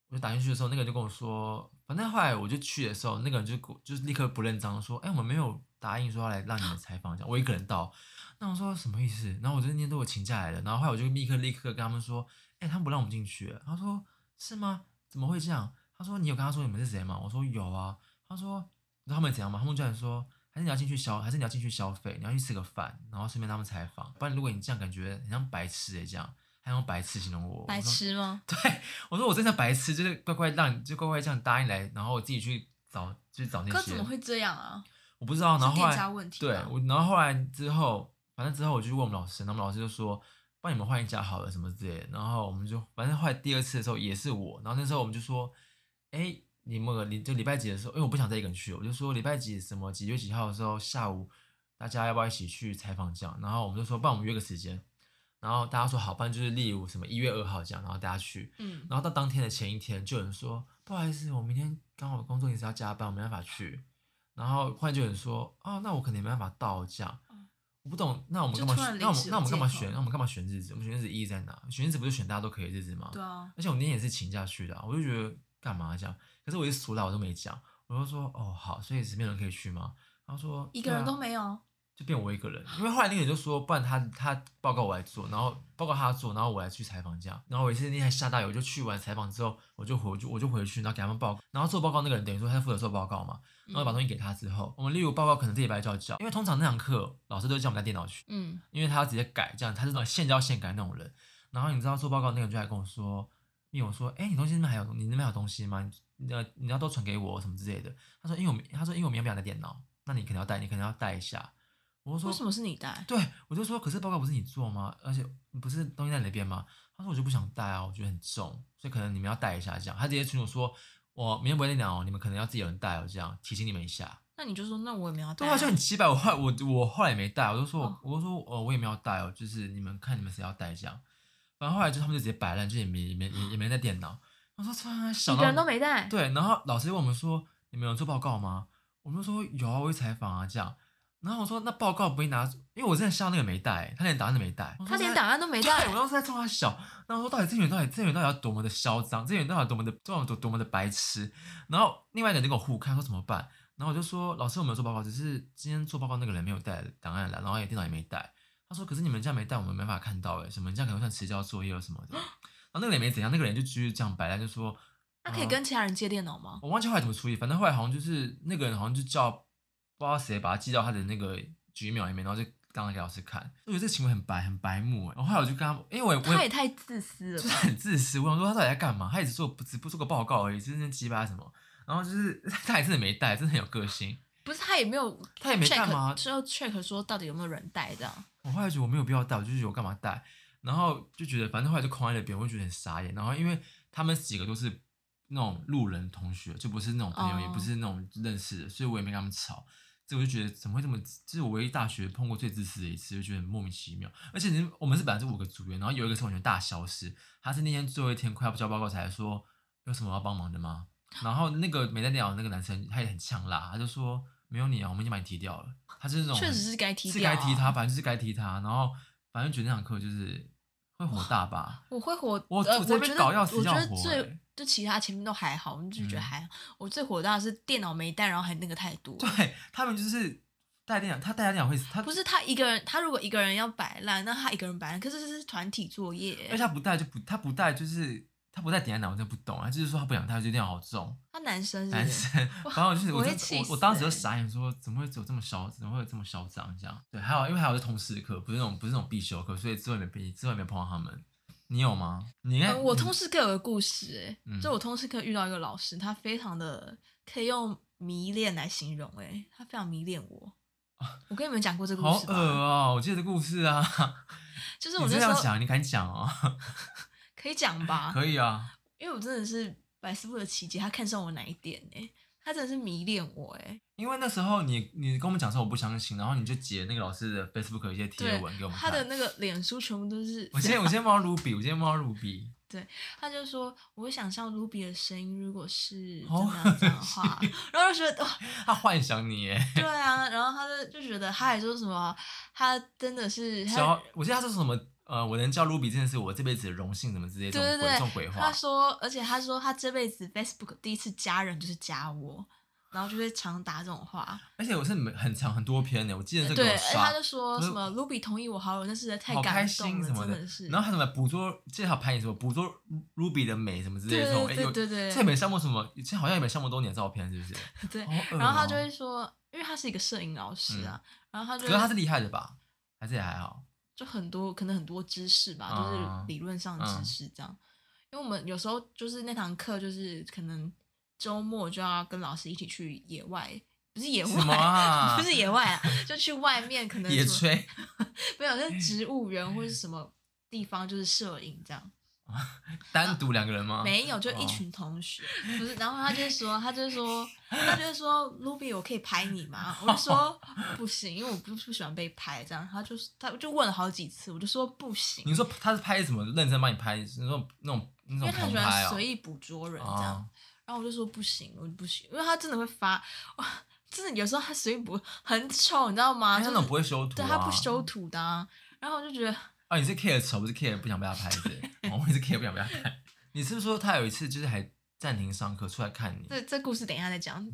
Speaker 2: 我就打进去的时候，那个人就跟我说，反正后来我就去的时候，那个人就跟我就是立刻不认账说，哎、我们没有答应说要来让
Speaker 1: [gasps]
Speaker 2: 你们采访，这样我一个人到。那我说什么意思？然后我就那天都我请假来了，然后后来我就立刻立刻跟他们说，哎、他们不让我们进去。他说是吗？怎么会这样？他说你有跟他说你们是谁吗？我说有啊。他说你知道他们怎样吗？他们居然说还是你要进去消，还是你要进去消费，你要去吃个饭，然后顺便他们采访。不然如果你这样感觉很像白痴诶、欸这样还用白痴形容我，
Speaker 1: 白
Speaker 2: 我说
Speaker 1: 痴吗？
Speaker 2: 我说我真的白痴，就是乖乖让你就乖乖这样答应来，然后我自己去找，去找那
Speaker 1: 哥
Speaker 2: 些
Speaker 1: 怎么。会这样啊？
Speaker 2: 我不知哦道，然
Speaker 1: 是
Speaker 2: 后后
Speaker 1: 店家
Speaker 2: 来
Speaker 1: 问题
Speaker 2: 对
Speaker 1: 吧。
Speaker 2: 我，然后后来之后，反正之后我就问我们老师，然后我们老师就说帮你们换一家好了什么之类的。然后我们就反正后来第二次的时候也是我，然后那时候我们就说，哎，你们礼就礼拜几的时候，因为我不想再一个人去，我就说礼拜几什么几月几号的时候下午，大家要不要一起去采访这样？然后我们就说，不然我们约个时间。然后大家说好，不然就是例如什么一月二号这样，然后大家去。
Speaker 1: 嗯，
Speaker 2: 然后到当天的前一天，就有人说不好意思，我明天刚好工作也是要加班，我没办法去。然后换就有人说哦，那我可能没办法到这样。我不懂，那我们
Speaker 1: 哦就
Speaker 2: 干嘛
Speaker 1: 突然
Speaker 2: 选？
Speaker 1: 临
Speaker 2: 那我们
Speaker 1: 时
Speaker 2: 那我们干嘛
Speaker 1: 借口
Speaker 2: 选？那我们干嘛选日子？我们选日子意义在哪？选日子不是选大家都可以的日子吗？
Speaker 1: 对啊，
Speaker 2: 而且我那天也是请假去的啊、我就觉得干嘛这样？可是我一数到我都没讲，我就说哦好，所以随便人可以去吗？然后说
Speaker 1: 一个人
Speaker 2: 对啊
Speaker 1: 都没有。
Speaker 2: 就变我一个人，因为后来那个人就说，不然他他报告我来做，然后报告他做，然后我来去采访这样。然后我也是那天还下大雨，我就去完采访之后，我就回我就我就回去，然后给他们报告。然后做报告那个人等于说他负责做报告嘛，然后把东西给他之后，我们例如报告可能这礼拜就要交，因为通常那堂课老师都叫我们带电脑去，
Speaker 1: 嗯，
Speaker 2: 因为他要直接改这样，他是那种现教现改那种人。然后你知道做报告那个人就来跟我说，因为我说，哎、你东西那边还有你那边还有东西吗？你你要你要都传给我什么之类的。他说，因为我们他说因为我明天不想带电脑，那你可能要带，你可能要带一下。我就说
Speaker 1: 为什么是你带？
Speaker 2: 对，我就说，可是报告不是你做吗？而且不是东西在你那边吗？他说我就不想带啊，我觉得很重，所以可能你们要带一下这样。他直接群我说，我明天不会带哦，你们可能要自己有人带哦，这样提醒你们一下。
Speaker 1: 那你就说，那我也没有带
Speaker 2: 对
Speaker 1: 啊。
Speaker 2: 啊，就很奇怪。我后来我我后来也没带，我就说我、
Speaker 1: 哦
Speaker 2: 我就说哦，我也没有带哦，就是你们看你们谁要带这样。反正后来就他们就直接摆烂，就也没也没也也没带电脑。我说突然想
Speaker 1: 一
Speaker 2: 到
Speaker 1: 个人都没带。
Speaker 2: 对，然后老师问我们说：“你们有做报告吗？”我们说：“有啊，我会采访啊。”这样，然后我说那报告不会拿，因为我真的笑那个没带，他连答案都没带，
Speaker 1: 他连档案都没
Speaker 2: 对
Speaker 1: 带
Speaker 2: 我，当时在冲他笑，然后我说到底这群人到底这群人到底要多么的嚣张，这群人到底要多么的多么多多么的白痴。然后另外一个人就跟我互看说怎么办，然后我就说老师我没有做报告，只是今天做报告那个人没有带档案来，然后也电脑也没带。他说可是你们这样没带，我们没法看到哎，什么你这样可能会算迟交作业什么的。然后那个人也没怎样，那个人就继续这样摆烂，就说
Speaker 1: 他
Speaker 2: 嗯
Speaker 1: 可以跟其他人借电脑吗？
Speaker 2: 我忘记后来怎么处理，反正后来好像就是那个人好像就叫不知道谁把他寄到他的那个 Gmail 里面，然后就刚刚给老师看，我觉得这个行为很白很白目哎。然后后来我就跟他，因为我也我
Speaker 1: 他
Speaker 2: 也
Speaker 1: 也太自私了
Speaker 2: [laughs] 就是
Speaker 1: 吧！
Speaker 2: 很自私。我想说他到底在干嘛？他也只做只不做个报告而已，真正鸡巴什么？然后就是 [laughs] 他也真的没带，真的很有个性。
Speaker 1: 不是他也没有，
Speaker 2: 他也没干嘛
Speaker 1: 之后 check 说到底有没有人带这样，
Speaker 2: 我后来觉得我没有必要带，我就觉得我干嘛带？然后就觉得反正后来就空在那边，我就觉得很傻眼。然后因为他们几个都是那种路人同学，就不是那种朋友，
Speaker 1: 哦
Speaker 2: 也不是那种认识的，所以我也没跟他们吵。所以我就觉得怎么会这么？这是我唯一大学碰过最自私的一次，就觉得很莫名其妙。而且你我们是本来是五个组员，然后有一个是完全大消失，他是那天最后一天快要交报告才说有什么要帮忙的吗？然后那个没在电脑的那个男生他也很呛辣，他就说没有你啊，我们已经把你踢掉了。他就是那种
Speaker 1: 确实是该踢
Speaker 2: 是
Speaker 1: 掉、
Speaker 2: 该
Speaker 1: 啊。
Speaker 2: 踢他，反正就是该踢他。然后反正觉得那堂课就是会火大吧。
Speaker 1: 我会火，
Speaker 2: 我
Speaker 1: 呃、
Speaker 2: 我
Speaker 1: 我
Speaker 2: 这
Speaker 1: 觉
Speaker 2: 边
Speaker 1: 得
Speaker 2: 搞要死
Speaker 1: 我觉
Speaker 2: 要
Speaker 1: 得
Speaker 2: 活欸
Speaker 1: 最就其他前面都还好，我们就觉得
Speaker 2: 嗯
Speaker 1: 还好。我最火大的是电脑没带，然后还那个态度。
Speaker 2: 对他们就是带电脑，他带电脑会死，他
Speaker 1: 不是他一个人，他如果一个人要摆烂，那他一个人摆烂，可是这是团体作业
Speaker 2: 而且，他不带就不他不带就是他不带点在哪我真的不懂啊，就是说他不想带，就电脑好重，
Speaker 1: 他男生是呃
Speaker 2: 男
Speaker 1: 不是
Speaker 2: 生。
Speaker 1: 嗯哇
Speaker 2: 然后我就是我
Speaker 1: 我
Speaker 2: 就
Speaker 1: 会气
Speaker 2: 我
Speaker 1: 死
Speaker 2: 我当时就
Speaker 1: 欸
Speaker 2: 傻眼说，怎么会有这么嚣，怎么会有这么嚣张这样？对，还有因为还有是通识课，不是那种不是那种必修课，所以之后也没必之后也没碰到他们。你有吗？你应该、
Speaker 1: 嗯，我
Speaker 2: 你
Speaker 1: 通识课有个故事、欸，
Speaker 2: 嗯
Speaker 1: 就我通识课遇到一个老师，他非常的可以用迷恋来形容、欸，他非常迷恋我。我跟你们讲过这个故
Speaker 2: 哦好
Speaker 1: 事
Speaker 2: 恶
Speaker 1: 吧？
Speaker 2: 哦、我记得这故事啊。
Speaker 1: 就是我
Speaker 2: 你
Speaker 1: 那
Speaker 2: 这
Speaker 1: 时
Speaker 2: 样
Speaker 1: 候
Speaker 2: 讲，你敢讲哦？ [laughs]
Speaker 1: 可以讲吧，
Speaker 2: 可以啊，
Speaker 1: 因为我真的是百思不得其解，他看上我哪一点呢、欸他真的是迷恋我、欸，
Speaker 2: 因为那时候你你跟我们讲说我不相信，然后你就截那个老师的 Facebook 一些贴
Speaker 1: 对
Speaker 2: 文给我，们
Speaker 1: 他
Speaker 2: 看。
Speaker 1: 的那个脸书全部都是
Speaker 2: 我今天我今天摸到 Ruby，我今天摸到 Ruby，
Speaker 1: [laughs] 他就说，我会想象 Ruby 的声音，如果是
Speaker 2: 好
Speaker 1: 怎么样这样的
Speaker 2: [laughs]
Speaker 1: 话，然后就觉得哇，
Speaker 2: 他幻想你耶，
Speaker 1: 对啊，然后他就就觉得他还说什么，他真的是他，
Speaker 2: 教我记得他说什么呃，我能教 Ruby 真的是我这辈子的荣幸，怎么之类这
Speaker 1: 对
Speaker 2: 种
Speaker 1: 对
Speaker 2: 鬼这种
Speaker 1: 对
Speaker 2: 鬼，
Speaker 1: 他
Speaker 2: 话，
Speaker 1: 说，而且他说他这辈子 Facebook 第一次加人就是加我，然后就会常打这种话，
Speaker 2: 而且我是很很长很多篇的，我记得这个
Speaker 1: 对，
Speaker 2: 我
Speaker 1: 而且他
Speaker 2: 刷
Speaker 1: 就。说
Speaker 2: 不是
Speaker 1: 什么 Ruby 同意我好友，那是太
Speaker 2: 好开
Speaker 1: 感动
Speaker 2: 心
Speaker 1: 了，
Speaker 2: 什么
Speaker 1: 真的是，
Speaker 2: 然后他怎么捕捉，最好拍你什么捕捉 Ruby 的美什么之类的这种，
Speaker 1: 对
Speaker 2: 哎
Speaker 1: 对
Speaker 2: 有
Speaker 1: 对对对
Speaker 2: 这也没上过什么，这好像也没上过多年的照片，是不是？
Speaker 1: [laughs] 对，
Speaker 2: 好恶
Speaker 1: 然后他
Speaker 2: 哦
Speaker 1: 就会说，因为他是一个摄影老师啊，然后他就
Speaker 2: 嗯可是他是厉害的吧？还是也还
Speaker 1: [laughs]
Speaker 2: 好？
Speaker 1: 就很多可能很多知识吧，
Speaker 2: 啊
Speaker 1: 就是理论上的知识这样。因为我们有时候就是那堂课就是可能周末就要跟老师一起去野外，不是野
Speaker 2: 什么
Speaker 1: 外。[laughs]
Speaker 2: 啊？
Speaker 1: 不是野外啊，就去外面
Speaker 2: [laughs]
Speaker 1: 可能
Speaker 2: 野
Speaker 1: 什么
Speaker 2: 炊，
Speaker 1: 没有，就是植物园
Speaker 2: [laughs]
Speaker 1: 或是什么地方，就是摄影这样。
Speaker 2: 单独两个人吗？
Speaker 1: 没有，就一群同学， [laughs] 不是。然后他就说，他就说，他就说，Ruby，我可以拍你吗？我就
Speaker 2: [laughs]
Speaker 1: 说不行，因为我不不喜欢被拍这样。他就是他就问了好几次，我就说不行。
Speaker 2: 你说他是拍什么认真帮你拍那种那种那
Speaker 1: 因
Speaker 2: 种
Speaker 1: 为他
Speaker 2: 棚
Speaker 1: 喜
Speaker 2: 拍
Speaker 1: 欢
Speaker 2: 哦
Speaker 1: 随？意捕捉人这样。
Speaker 2: 啊，
Speaker 1: 然后我就说不行，我不行，因为他真的会发，哇，真的有时候他随意捕很丑，你知道吗？
Speaker 2: 他
Speaker 1: 啊就
Speaker 2: 哎那
Speaker 1: 是
Speaker 2: 种不会啊修图，
Speaker 1: 对他不。修图的啊、然后我就觉得
Speaker 2: 啊，你是 care 丑，不是 care 不想被他拍的。哦，我也是 care 不想被他拍。你是不是说他有一次就是还暂停上课出来看你？
Speaker 1: 这这故事等一下再讲。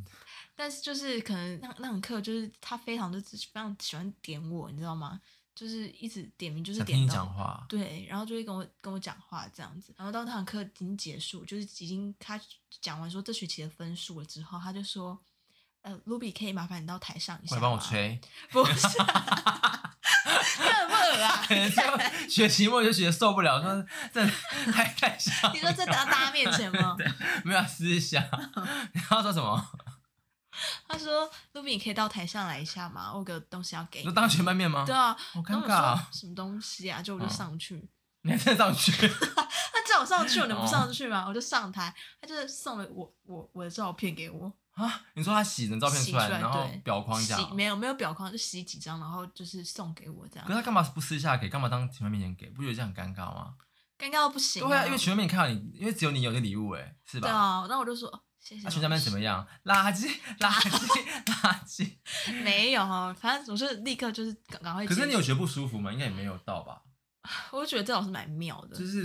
Speaker 1: 但是就是可能那那堂课就是他非常就是非常喜欢点我，你知道吗？就是一直点名，就是
Speaker 2: 想听
Speaker 1: 点
Speaker 2: 你
Speaker 1: 到
Speaker 2: 讲话。
Speaker 1: 对，然后就会跟我跟我讲话这样子。然后到那堂课已经结束，就是已经他讲完说这学期的分数了之后，他就说：“呃，Ruby 可以麻烦你到台上一下
Speaker 2: 过来
Speaker 1: 吗？”
Speaker 2: 帮我吹，
Speaker 1: 不是、啊，很恶啊！
Speaker 2: 可能就 [laughs] 学期末就学受不了，说
Speaker 1: [laughs]
Speaker 2: 这太太像
Speaker 1: 你说在大大家面前
Speaker 2: [laughs]
Speaker 1: 吗？
Speaker 2: 没有思
Speaker 1: [laughs]
Speaker 2: 想。你要说什么？
Speaker 1: 他说：“Ruby，你可以到台上来一下吗？我有个东西要给
Speaker 2: 你
Speaker 1: 你
Speaker 2: 说。当全班面”吗
Speaker 1: 对？啊，
Speaker 2: 好
Speaker 1: 然后
Speaker 2: 尴
Speaker 1: 我
Speaker 2: 尬
Speaker 1: 说
Speaker 2: 啊！
Speaker 1: 什么东西啊？就我就
Speaker 2: 嗯
Speaker 1: 上去，
Speaker 2: 你还站上去，
Speaker 1: 他叫我上去，我能不
Speaker 2: 哦
Speaker 1: 上去吗？我就上台，他就是送了我我我的照片给我，
Speaker 2: [laughs] 啊，你说他洗成照片
Speaker 1: 洗
Speaker 2: 出来，
Speaker 1: 出来
Speaker 2: 然后
Speaker 1: 对
Speaker 2: 裱框这哦
Speaker 1: 洗
Speaker 2: 样，
Speaker 1: 没有没有表框，就洗几张，然后就是送给我这样
Speaker 2: 可是，他干嘛不私下给？干嘛当前面面前给？不觉得这样很尴尬吗？
Speaker 1: 尴尬到不行、
Speaker 2: 啊对啊，因为前面面看到你，因为只有你有这礼物哎，是
Speaker 1: 啊对
Speaker 2: 吧？
Speaker 1: 啊，然后我就说谢谢
Speaker 2: 他
Speaker 1: 老师。
Speaker 2: 去那边怎么样？ [laughs] 垃圾，垃
Speaker 1: [laughs]
Speaker 2: 圾，垃圾。
Speaker 1: 没有哈，反正总是立刻就是赶赶快接
Speaker 2: 可
Speaker 1: 受。
Speaker 2: 是你有觉得不舒服吗？应该也没有到吧，
Speaker 1: 我就觉得这老师蛮妙的
Speaker 2: 就，是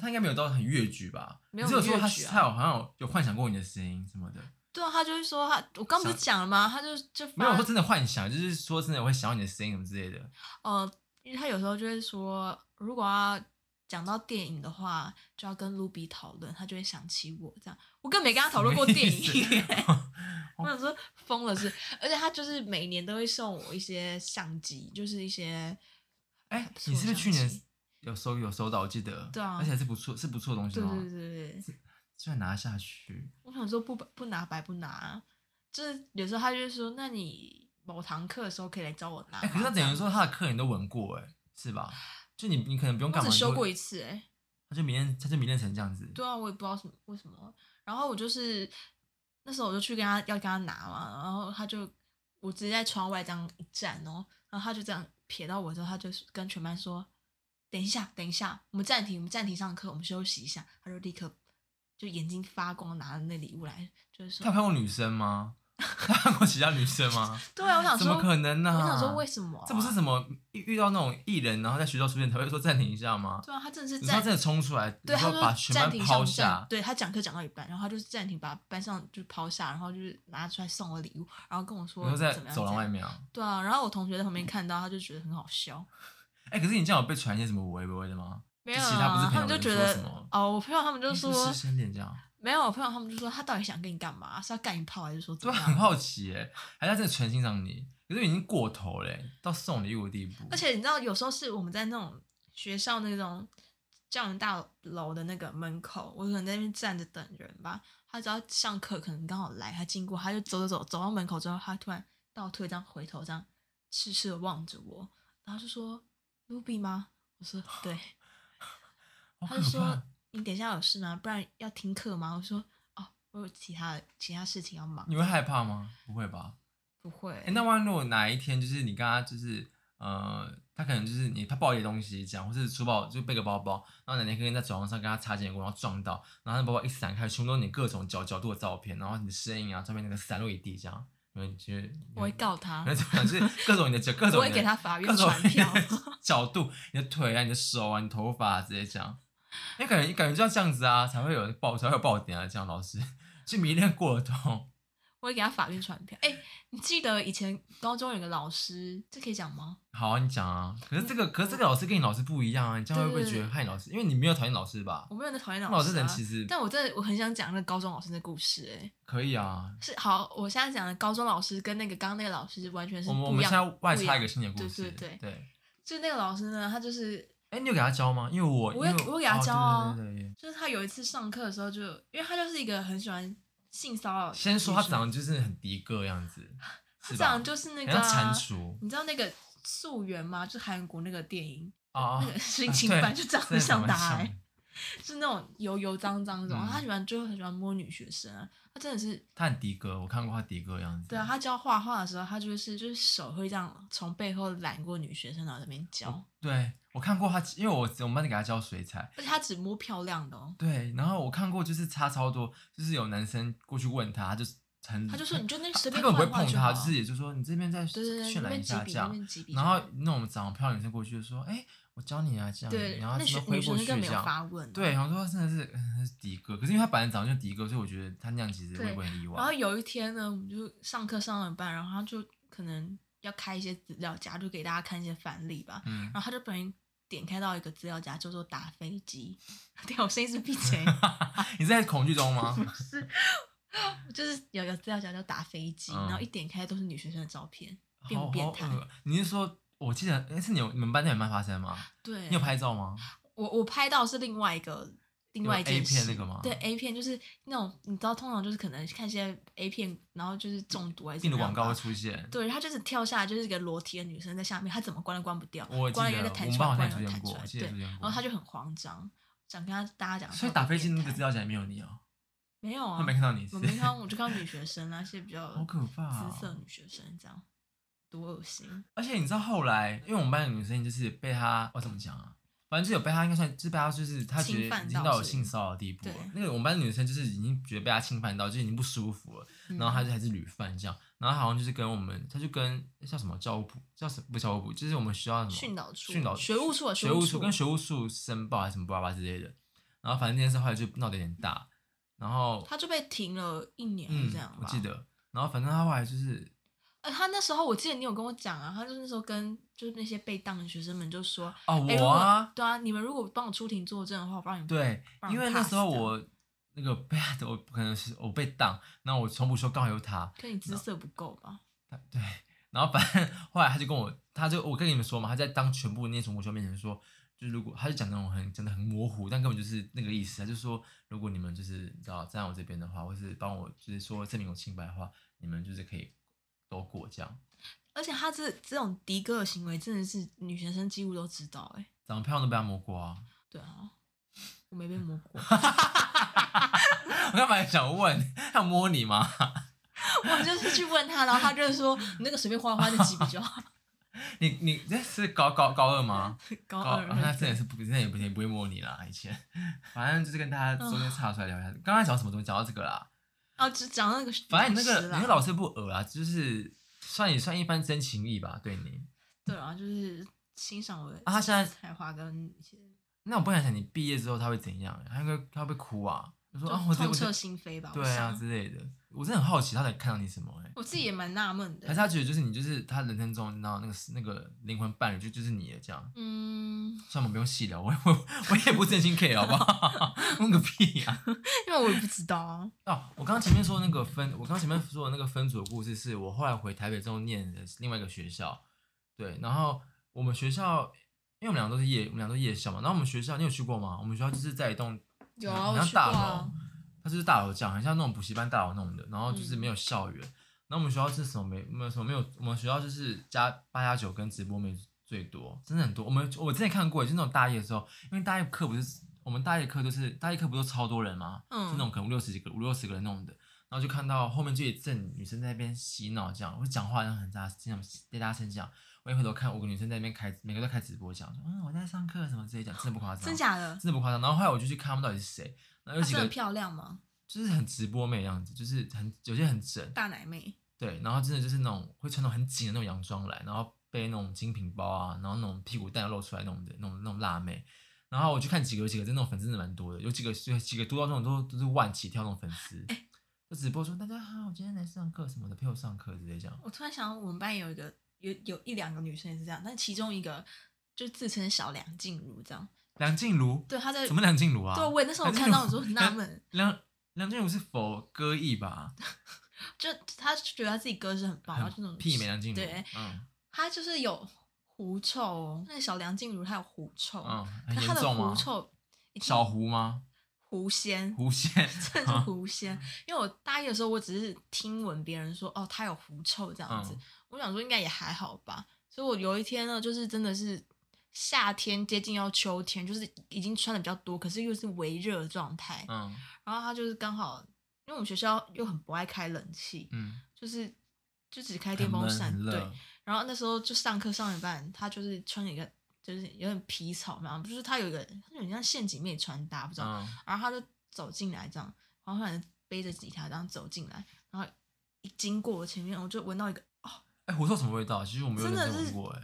Speaker 2: 他应该没有到很越剧吧？
Speaker 1: 没有
Speaker 2: 你只有说他
Speaker 1: 越剧啊
Speaker 2: 他有好像有有幻想过你的声音什么的，
Speaker 1: 对啊，他就会说他，我刚不是讲了吗？他就就
Speaker 2: 没有我
Speaker 1: 发
Speaker 2: 说真的幻想，就是说真的会想到你的声音什么之类的。
Speaker 1: 呃，因为他有时候就会说，如果要讲到电影的话，就要跟卢比讨论，他就会想起我这样。我根本没跟他 [laughs] 讨论过电影、我想说疯了是，而且他就是每年都会送我一些相机，就是一些
Speaker 2: [laughs] 哎
Speaker 1: 不，错
Speaker 2: 你是不是
Speaker 1: 的
Speaker 2: 去
Speaker 1: 相
Speaker 2: 年
Speaker 1: 机
Speaker 2: 有收有收到？我记得，
Speaker 1: 对啊
Speaker 2: 而且还是不错，是不错的东西
Speaker 1: 对
Speaker 2: 吗？
Speaker 1: 对对对，
Speaker 2: 居然拿下去，
Speaker 1: 我想说不不拿白不拿，就是有时候他就会说，那你某堂课的时候可以来找我拿吗。
Speaker 2: 哎，可是他
Speaker 1: 啊这样
Speaker 2: 等于说他的课你都闻过，哎，是吧？就你你可能不用干
Speaker 1: 我
Speaker 2: 嘛，
Speaker 1: 只
Speaker 2: 你就
Speaker 1: 修过一次哎、
Speaker 2: 他就迷恋，他就迷恋成这样子。
Speaker 1: 对啊，我也不知道什么为什么。然后我就是那时候我就去跟他要跟他拿嘛，然后他就我直接在窗外这样一站哦，然后他就这样瞥到我之后，他就跟全班说：“等一下，等一下，我们暂停，我们暂停上课，我们休息一下。”他就立刻就眼睛发光，拿了那礼物来，就是
Speaker 2: 他
Speaker 1: 说
Speaker 2: 有看过女
Speaker 1: [laughs]
Speaker 2: 生吗？他看过其他女生吗？：“
Speaker 1: 对啊，我想
Speaker 2: 怎
Speaker 1: 说，
Speaker 2: 么可能呢、
Speaker 1: 我想说为什么啊、
Speaker 2: 这不是什么一遇到那种艺人，然后在学校出现才会说暂停一下吗？
Speaker 1: 对啊，他真的是
Speaker 2: 你说他
Speaker 1: 暂
Speaker 2: 真的冲出来，
Speaker 1: 对，
Speaker 2: 你
Speaker 1: 他
Speaker 2: 说把
Speaker 1: 说
Speaker 2: 全
Speaker 1: 暂
Speaker 2: 班
Speaker 1: 停上
Speaker 2: 抛
Speaker 1: 暂
Speaker 2: 下，
Speaker 1: 对他讲课讲到一半，然后他就是暂停把班上就抛下，然后就是拿出来送我礼物，然后跟我说
Speaker 2: 你说在
Speaker 1: 怎么样
Speaker 2: 走廊
Speaker 1: 怎
Speaker 2: 外
Speaker 1: 样
Speaker 2: 面啊？
Speaker 1: 对啊，然后我同学在旁边看到，他就觉得很好笑。
Speaker 2: 哎、可是你这样有被传一些什么微博的吗？
Speaker 1: 没有
Speaker 2: 其他不是
Speaker 1: 啊，
Speaker 2: 朋
Speaker 1: 他
Speaker 2: 友
Speaker 1: 们就觉
Speaker 2: 你说什么
Speaker 1: 得哦，我朋友他们就
Speaker 2: 你是
Speaker 1: 说
Speaker 2: 不是师生恋这样，
Speaker 1: 没有，我朋友他们就说他到底想跟你干嘛？是要干你炮还是说怎
Speaker 2: 对啊，
Speaker 1: 么
Speaker 2: 很
Speaker 1: 样？
Speaker 2: 好奇哎、还在这存欣赏你，可是已经过头嘞、到送礼物的地步。
Speaker 1: 而且你知道，有时候是我们在那种学校那种教员大楼的那个门口，我可能在那边站着等人吧。他只要上课可能刚好来，他经过，他就走走走，走到门口之后，他突然倒退，这样回头，这样痴痴的望着我，然后就说：“Ruby 吗？”我
Speaker 2: [laughs]
Speaker 1: 说：“对。”
Speaker 2: 哦好
Speaker 1: 他
Speaker 2: 可
Speaker 1: 就说
Speaker 2: 怕！：“
Speaker 1: 你等一下有事吗？不然要听课吗？”我说：“哦，我有其他的其他事情要忙。
Speaker 2: 你会害怕吗？不会吧？”
Speaker 1: 不会，
Speaker 2: 哎、那万一如果哪一天就是你跟他就是呃，他可能就是你他抱一个东西这样，或是书包就背个包包，然后哪天可能在走廊上跟他擦肩而过，然后撞到，然后他包包一散开，全部都是你各种角角度的照片，然后你的声音啊，照片那个散落一地这样，你会觉得
Speaker 1: 我会，告他
Speaker 2: 你，会怎么样？就是各种你的角，各种
Speaker 1: 我会
Speaker 2: 你的
Speaker 1: 给他法
Speaker 2: 各
Speaker 1: 院
Speaker 2: 种
Speaker 1: 传
Speaker 2: 你的
Speaker 1: 票。
Speaker 2: [laughs] 角度，你的腿啊，你的手啊，你头发啊直接这样，因为感觉感觉就要这样子啊，才会有人爆，才会有爆点啊，这样老师 [laughs] 去迷恋过头。
Speaker 1: 我会给他法院传票。哎、你记得以前高中有个老师，这可以讲吗？
Speaker 2: 好啊，你讲啊。可是这个，可是这个老师跟你老师不一样啊，你这样会不
Speaker 1: 嗯
Speaker 2: 会
Speaker 1: 对对
Speaker 2: 觉得害你老师？因为你没有讨厌老师吧
Speaker 1: 我？没有在讨厌
Speaker 2: 那
Speaker 1: 老师、啊，
Speaker 2: 老师人其实
Speaker 1: 但我真的我很想讲那个高中老师的故事、哎，
Speaker 2: 可以啊。
Speaker 1: 是好，我现在讲的高中老师跟那个刚刚那个老师完全是
Speaker 2: 我们我
Speaker 1: 不一
Speaker 2: 们现
Speaker 1: 样。
Speaker 2: 在外插一
Speaker 1: 不
Speaker 2: 个新的故
Speaker 1: 对
Speaker 2: 事，
Speaker 1: 对对就那个老师呢，他就是
Speaker 2: 哎，你有给他教吗？因为我
Speaker 1: 我有
Speaker 2: 因为
Speaker 1: 我有给他教啊
Speaker 2: 哦对对对对
Speaker 1: 就是他有一次上课的时候就，因为他就是一个很喜欢性骚扰的女生，
Speaker 2: 先说他长得就是很迪哥样子，
Speaker 1: [laughs] 他
Speaker 2: 是吧
Speaker 1: 长得就是那
Speaker 2: 很
Speaker 1: 个、啊，
Speaker 2: 像蟾蜍
Speaker 1: 你知道那个素媛吗？就是韩国那个电影，
Speaker 2: 啊啊
Speaker 1: [laughs] 那个
Speaker 2: 对
Speaker 1: 殉情版就长得像他、
Speaker 2: 真的长得
Speaker 1: 哎
Speaker 2: 像
Speaker 1: 是那种油油脏脏这种。
Speaker 2: 嗯
Speaker 1: 他喜欢就很喜欢摸女学生啊，他真的是
Speaker 2: 他很迪哥，我看过他迪哥样子。
Speaker 1: 对啊。他教画画的时候，他就是就是手会这样从背后揽过女学生，然后在那边教，
Speaker 2: 哦对，我看过他，因为我我们班给他教水彩，
Speaker 1: 而且他只摸漂亮的哦。
Speaker 2: 对，然后我看过，就是差超多，就是有男生过去问他，他就是很，
Speaker 1: 他就说你就那
Speaker 2: 他
Speaker 1: 随
Speaker 2: 他
Speaker 1: 便
Speaker 2: 根本
Speaker 1: 画
Speaker 2: 不
Speaker 1: 一
Speaker 2: 会
Speaker 1: 画
Speaker 2: 碰
Speaker 1: 就
Speaker 2: 他，
Speaker 1: 好。
Speaker 2: 就是也就是说你这边再
Speaker 1: 对对对，
Speaker 2: 渲
Speaker 1: 那
Speaker 2: 染
Speaker 1: 边
Speaker 2: 一
Speaker 1: 几
Speaker 2: 下
Speaker 1: 笔，
Speaker 2: 这
Speaker 1: 那
Speaker 2: 样，
Speaker 1: 边几笔就
Speaker 2: 然
Speaker 1: 好。
Speaker 2: 后那种长得漂亮女生过去就说，哎，我教你啊，这样，
Speaker 1: 对，
Speaker 2: 然后
Speaker 1: 那
Speaker 2: 真
Speaker 1: 学
Speaker 2: 的挥
Speaker 1: 女
Speaker 2: 过
Speaker 1: 学
Speaker 2: 去
Speaker 1: 生更没
Speaker 2: 这
Speaker 1: 有
Speaker 2: 样。
Speaker 1: 发问。啊
Speaker 2: 对，然后说他真的是嗯是迪哥，可是因为他本来长得就迪哥，所以我觉得他那样其实我也
Speaker 1: 对
Speaker 2: 不会很意
Speaker 1: 然后
Speaker 2: 外。
Speaker 1: 有一天呢，我们就上课上了一半，然后他就可能要开一些资料夹，就给大家看一些范例吧。
Speaker 2: 嗯，
Speaker 1: 然后他就不小心点开到一个资料夹，叫做打飞机。 [laughs] 对，我声音是闭嘴，
Speaker 2: 你是在恐惧中吗？
Speaker 1: 就是有个资料夹叫打飞机，
Speaker 2: 嗯
Speaker 1: 然后一点开都是女学生的照片， [laughs] 变
Speaker 2: 好
Speaker 1: 不变态
Speaker 2: 好？恶你是说，我记得诶是你有你们班那有办发生吗？
Speaker 1: 对，
Speaker 2: 你有拍照吗？
Speaker 1: 我我拍到是另外一个另外一件
Speaker 2: A 片
Speaker 1: 事
Speaker 2: 那个吗
Speaker 1: 对 A 片就是那种你知道，通常就是可能看一些 A 片，然后就是中毒还是怎
Speaker 2: 病
Speaker 1: 么
Speaker 2: 毒广
Speaker 1: 样
Speaker 2: 告
Speaker 1: 吧
Speaker 2: 会出现。
Speaker 1: 对，她就是跳下来，就是一个裸体的女生在下面，她怎么关都关不掉，
Speaker 2: 我记得
Speaker 1: 关了一个
Speaker 2: 我
Speaker 1: 弹
Speaker 2: 们
Speaker 1: 出
Speaker 2: 班好
Speaker 1: 来，
Speaker 2: 像
Speaker 1: 关
Speaker 2: 也
Speaker 1: 了
Speaker 2: 出
Speaker 1: 一个弹
Speaker 2: 现过
Speaker 1: 出，来，
Speaker 2: 我记
Speaker 1: 对
Speaker 2: 得出，现
Speaker 1: 然后
Speaker 2: 过。
Speaker 1: 她就很慌张，想跟她大家讲，
Speaker 2: 所以打飞机那个资
Speaker 1: 知道
Speaker 2: 料夹里面有你哦，
Speaker 1: 没有
Speaker 2: 他
Speaker 1: 啊
Speaker 2: 没？看到你是
Speaker 1: 我，没看
Speaker 2: [laughs]
Speaker 1: 到，我就看到女学生啊那些比较
Speaker 2: 好可怕
Speaker 1: 姿
Speaker 2: 哦、
Speaker 1: 色的女学生这样，多恶心！
Speaker 2: 而且你知道后来，因为我们班有女生就是被他，我怎么讲啊？反正就有被他应该算，就是被他就是他觉
Speaker 1: 侵
Speaker 2: 得
Speaker 1: 犯
Speaker 2: 已经
Speaker 1: 到
Speaker 2: 到有
Speaker 1: 是
Speaker 2: 性骚扰的地步了
Speaker 1: 对。
Speaker 2: 那个我们班的女生就是已经觉得被他侵犯到，就已经不舒服了，
Speaker 1: 嗯
Speaker 2: 然后他就还是屡犯这样，然后好像就是跟我们，他就跟叫什么教务部，叫什么不是教务部，就是我们学校什么
Speaker 1: 训导处、
Speaker 2: 训导
Speaker 1: 学务处啊，
Speaker 2: 学
Speaker 1: 务
Speaker 2: 务处跟学务处申报还是什么巴拉巴拉之类的，然后反正这件事后来就闹得有点大，然后
Speaker 1: 他就被停了一年，
Speaker 2: 嗯
Speaker 1: 这样吧。
Speaker 2: 我记得，然后反正他后来就是
Speaker 1: 呃，他那时候我记得你有跟我讲啊，他就那时候跟就是那些被当的学生们就说，
Speaker 2: 哦
Speaker 1: 哎、如果
Speaker 2: 我啊，
Speaker 1: 对啊，你们如果帮我出庭作证的话，我帮你们
Speaker 2: 对，
Speaker 1: 帮
Speaker 2: 因为那
Speaker 1: pass
Speaker 2: 时候
Speaker 1: 这样，
Speaker 2: 我那个被他我可能是我被当，然后我重补修刚好有他，
Speaker 1: 可你姿色不够吧？
Speaker 2: 对，然后反正后来他就跟我，他就我跟你们说嘛，他在当全部那些重补修面前说，就是如果他就讲那种很讲的很模糊，但根本就是那个意思，他就说如果你们就是你知道站在我这边的话，或是帮我就是说证明我清白的话，你们就是可以都过这样。
Speaker 1: 而且他这这种的哥的行为，真的是女学生几乎都知道、哎，
Speaker 2: 长得漂亮都被他摸过啊！ [laughs]
Speaker 1: 对啊，我没被摸过，
Speaker 2: 我刚才想问，他有摸你吗？
Speaker 1: 我就是去问他，然后他就说你那个随便画画那几笔就好， [laughs]
Speaker 2: 你你这是高高高二吗？
Speaker 1: 高
Speaker 2: 高，
Speaker 1: 二
Speaker 2: 啊那真的是不，真的也不也不会摸你啦。以前，反正就是跟大家中间岔出来聊一下。刚刚讲什么东西？讲到这个啦。
Speaker 1: 啊，只讲那个，
Speaker 2: 反正你那个
Speaker 1: 老师
Speaker 2: 你
Speaker 1: 啦
Speaker 2: 那个老师不恶啊，就是算也算一番真情意吧，对你。
Speaker 1: 对啊，就是欣赏我的
Speaker 2: 啊他现在
Speaker 1: 才华跟一些
Speaker 2: 那我不敢想你毕业之后他会怎样，他会他会哭啊，就说
Speaker 1: 就
Speaker 2: 啊我这
Speaker 1: 痛
Speaker 2: 我这
Speaker 1: 彻心扉吧，我
Speaker 2: 对啊
Speaker 1: 想
Speaker 2: 之类的。我真的很好奇他能看到你什么哎、
Speaker 1: 我自己也蛮纳闷的、
Speaker 2: 还是他觉得就是你就是他人生中你知道那个那个灵魂伴侣就就是你的这样。
Speaker 1: 嗯，
Speaker 2: 算了，我们不用细聊，我我我也不真心 care 好不好？ [laughs] 问个屁啊呀、
Speaker 1: 因为我也不知道啊。
Speaker 2: 哦，我刚刚前面说的那个分，我刚前面说的那个分组的故事，是我后来回台北之后念的另外一个学校。对，然后我们学校，因为我们俩都是夜，我们俩都是夜校嘛。然后我们学校，你有去过吗？我们学校就是在一栋
Speaker 1: 有啊，
Speaker 2: 很
Speaker 1: 我
Speaker 2: 像
Speaker 1: 去过
Speaker 2: 大
Speaker 1: 啊
Speaker 2: 楼，，它就是大楼这样，很像那种补习班大楼那种的。然后就是没有校园。
Speaker 1: 嗯
Speaker 2: 然后我们学校是什么没没有什么没有，我们学校就是加八加九跟直播没最多，真的很多。我们我之前看过，就是那种大一的时候，因为大一课不是我们大一课就是大一课不都超多人吗？
Speaker 1: 嗯
Speaker 2: 就那种可能五六十几个五六十个人弄的，然后就看到后面就一阵女生在那边洗脑这样，我讲话然后很大这样对大声这样。我一回头看，五个女生在那边开，每个都在开直播讲，说嗯我在上课什么之类讲，真的不夸张，
Speaker 1: 真假的？
Speaker 2: 真的不夸张。然后后来我就去看他们到底是谁，然后有
Speaker 1: 她
Speaker 2: 几
Speaker 1: 真
Speaker 2: 个
Speaker 1: 的漂亮吗？
Speaker 2: 就是很直播妹的样子，就是很有些很整，
Speaker 1: 大奶妹，
Speaker 2: 对，然后真的就是那种会穿那种很紧的那种洋装来，然后背那种精品包啊，然后那种屁股蛋露出来那种的那种那种辣妹。然后我去看几个，有几个真的那种粉丝真的蛮多的，有几个有几个多到那种都都是万起跳那种粉丝，
Speaker 1: 哎
Speaker 2: 就直播说大家好，我今天来上课什么的，陪我上课之类这样。
Speaker 1: 我突然想到，我们班有一个有有一两个女生也是这样，但其中一个就自称小梁静茹这样。
Speaker 2: 梁静茹，
Speaker 1: 对，她在
Speaker 2: 什么梁静茹啊？
Speaker 1: 呃对，我也那时候我
Speaker 2: 梁静
Speaker 1: 看到
Speaker 2: 茹
Speaker 1: 我就很纳闷，
Speaker 2: 梁梁静茹是否歌艺吧？
Speaker 1: 就她觉得她自己歌声很棒，然后就那种
Speaker 2: 媲美梁静茹。
Speaker 1: 对，
Speaker 2: 嗯
Speaker 1: 她就是有狐臭哦，那个小梁静茹她有狐臭，
Speaker 2: 嗯，很
Speaker 1: 可是
Speaker 2: 严
Speaker 1: 她的
Speaker 2: 重
Speaker 1: 狐
Speaker 2: 吗？
Speaker 1: 臭已经
Speaker 2: 小胡吗？
Speaker 1: 狐仙，
Speaker 2: 狐
Speaker 1: [laughs]
Speaker 2: 仙？
Speaker 1: 真的是狐仙。因为我大一的时候，我只是听闻别人说，哦，他有狐臭这样子，
Speaker 2: 嗯
Speaker 1: 我想说应该也还好吧。所以我有一天呢，就是真的是夏天接近要秋天，就是已经穿的比较多，可是又是微热的状态。
Speaker 2: 嗯
Speaker 1: 然后他就是刚好，因为我们学校又很不爱开冷气，
Speaker 2: 嗯，
Speaker 1: 就是就只开
Speaker 2: 很
Speaker 1: 电风
Speaker 2: 闷
Speaker 1: 扇，
Speaker 2: 很
Speaker 1: 对
Speaker 2: 热。
Speaker 1: 然后那时候就上课上一半，他就是穿一个就是有点皮草嘛，就是他有一个他有点像陷阱妹穿搭，不知道。
Speaker 2: 嗯。
Speaker 1: 然后他就走进来这样，然后突然背着吉他这样走进来，然后一经过我前面，我就闻到一个哦，
Speaker 2: 哎、狐臭什么味道？其实我没有
Speaker 1: 真
Speaker 2: 认
Speaker 1: 的
Speaker 2: 真闻
Speaker 1: 是
Speaker 2: 过、哎，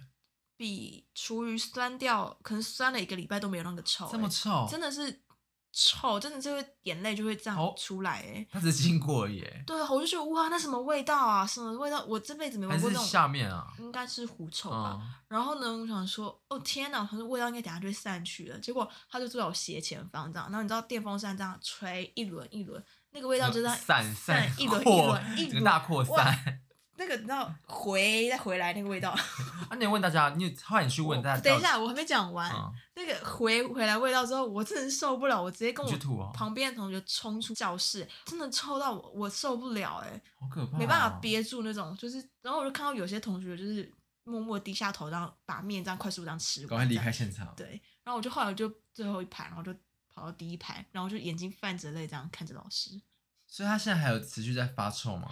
Speaker 1: 比厨余酸掉，可能酸了一个礼拜都没有那个臭、
Speaker 2: 这么
Speaker 1: 欸
Speaker 2: 臭，
Speaker 1: 真的是臭，真的就会眼泪就会这
Speaker 2: 好
Speaker 1: 样出来哎、
Speaker 2: 它只是经过而已、哎
Speaker 1: 对，啊我就觉得哇，那什么味道啊，什么味道？我这辈子没
Speaker 2: 还
Speaker 1: 闻过
Speaker 2: 是
Speaker 1: 那种，
Speaker 2: 下面啊？
Speaker 1: 应该是狐臭吧。
Speaker 2: 嗯，
Speaker 1: 然后呢，我想说，哦天哪，我想说味道应该等下就会散去了。结果他就坐在我斜前方这样，然后你知道电风扇这样吹一轮一轮，那个味道就在
Speaker 2: 嗯散散
Speaker 1: 一轮一
Speaker 2: 扩
Speaker 1: 轮一
Speaker 2: 整个
Speaker 1: 轮，
Speaker 2: 大扩散。
Speaker 1: 那个你知道回再回来那个味道。
Speaker 2: 啊，你有问大家，你有后来你
Speaker 1: [laughs]
Speaker 2: 去问大家，
Speaker 1: 等一，下，我还没讲完。
Speaker 2: 嗯，
Speaker 1: 那个回回来味道之后，我真的是受不了，我直接跟
Speaker 2: 你去吐哦
Speaker 1: 我旁边的同学冲出教室，真的臭到我我受不了哎、
Speaker 2: 好可怕、哦
Speaker 1: 没办法。憋住那种，就是然后我就看到有些同学就是默默低下头，然后把面这样快速这样吃完，
Speaker 2: [laughs] 赶快离
Speaker 1: 这样
Speaker 2: 开现场。
Speaker 1: 对，然后我就后来我就最后一排，然后就跑到第一排，然后我就眼睛泛着泪这样看着老师。
Speaker 2: 所以它现在还有持续在发臭吗？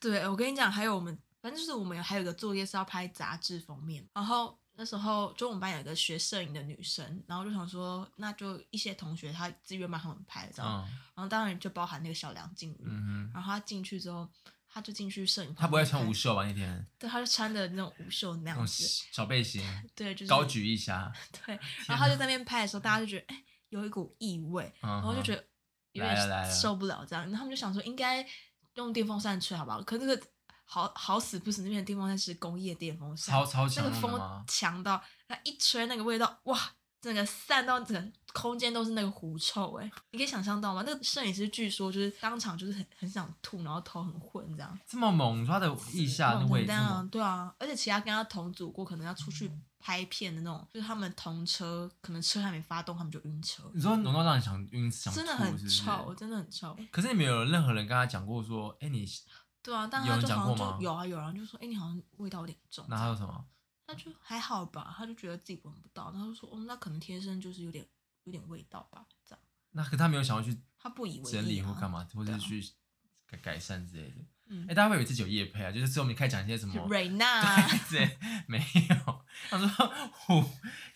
Speaker 1: 对，我跟你讲，还有我们，反正就是我们有还有一个作业是要拍杂志封面，然后。那时候就我们班有一个学摄影的女生，然后就想说，那就一些同学她自愿帮他们拍照，
Speaker 2: 嗯
Speaker 1: 然后当然就包含那个小梁静茹。
Speaker 2: 嗯哼，
Speaker 1: 然后她进去之后，她就进去摄影，
Speaker 2: 他不会穿无，袖吧？那天
Speaker 1: 对，她就穿的那种无袖那
Speaker 2: 那
Speaker 1: 嗯样
Speaker 2: 种
Speaker 1: 子，
Speaker 2: 小背心，
Speaker 1: 对，就是
Speaker 2: 高举
Speaker 1: [laughs]
Speaker 2: 一下，
Speaker 1: 对，然后她就在那边拍的时候，大家就觉得哎、有一股异味，
Speaker 2: 然
Speaker 1: 然后就觉
Speaker 2: 得
Speaker 1: 得有
Speaker 2: 嗯来了来
Speaker 1: 点
Speaker 2: 了
Speaker 1: 受不了这样，然后他们就想说应该用电风扇吹好不好？可是那个好好死不死那边的电风扇是工业电风扇，
Speaker 2: 超超
Speaker 1: 那
Speaker 2: 强
Speaker 1: 个
Speaker 2: 那个
Speaker 1: 风
Speaker 2: 吗？
Speaker 1: 强到它一吹那个味道，哇，整个散到整个空间都是那个狐臭哎、你可以想象到吗？那个摄影师据说就是当场就是很很想吐，然后头很昏这样，
Speaker 2: 这么猛，他的腋下那
Speaker 1: 猛
Speaker 2: 位
Speaker 1: 成这，
Speaker 2: 置嗯
Speaker 1: 样啊对啊，而且其他跟他同组过，可能要出去拍片的那种，就是他们同车，可能车还没发动，他们就晕车，
Speaker 2: 你说浓到让你想晕想
Speaker 1: 真的
Speaker 2: 吐
Speaker 1: 很
Speaker 2: 是不是
Speaker 1: 臭，真的很臭。
Speaker 2: 可是你没有任何人跟他讲过说，哎，你
Speaker 1: 对啊，但
Speaker 2: 有
Speaker 1: 他
Speaker 2: 人
Speaker 1: 就
Speaker 2: 讲
Speaker 1: 好像
Speaker 2: 过吗
Speaker 1: 就有啊有啊，就说哎、你好像味道有点重，
Speaker 2: 那他说什么？
Speaker 1: 他就还好吧，他就觉得自己闻不到，他就说哦那可能天生就是有点有点味道吧，这样
Speaker 2: 那可他没有想要去
Speaker 1: 他不以为意、啊、
Speaker 2: 整理或干嘛，或
Speaker 1: 对
Speaker 2: 者
Speaker 1: 啊
Speaker 2: 是去改改善之类的。
Speaker 1: 嗯
Speaker 2: 哎，大家会以为自己有业配啊，就是之后我们开始讲一些什么
Speaker 1: 就瑞娜
Speaker 2: 对 [laughs] 之类，没有。他说狐，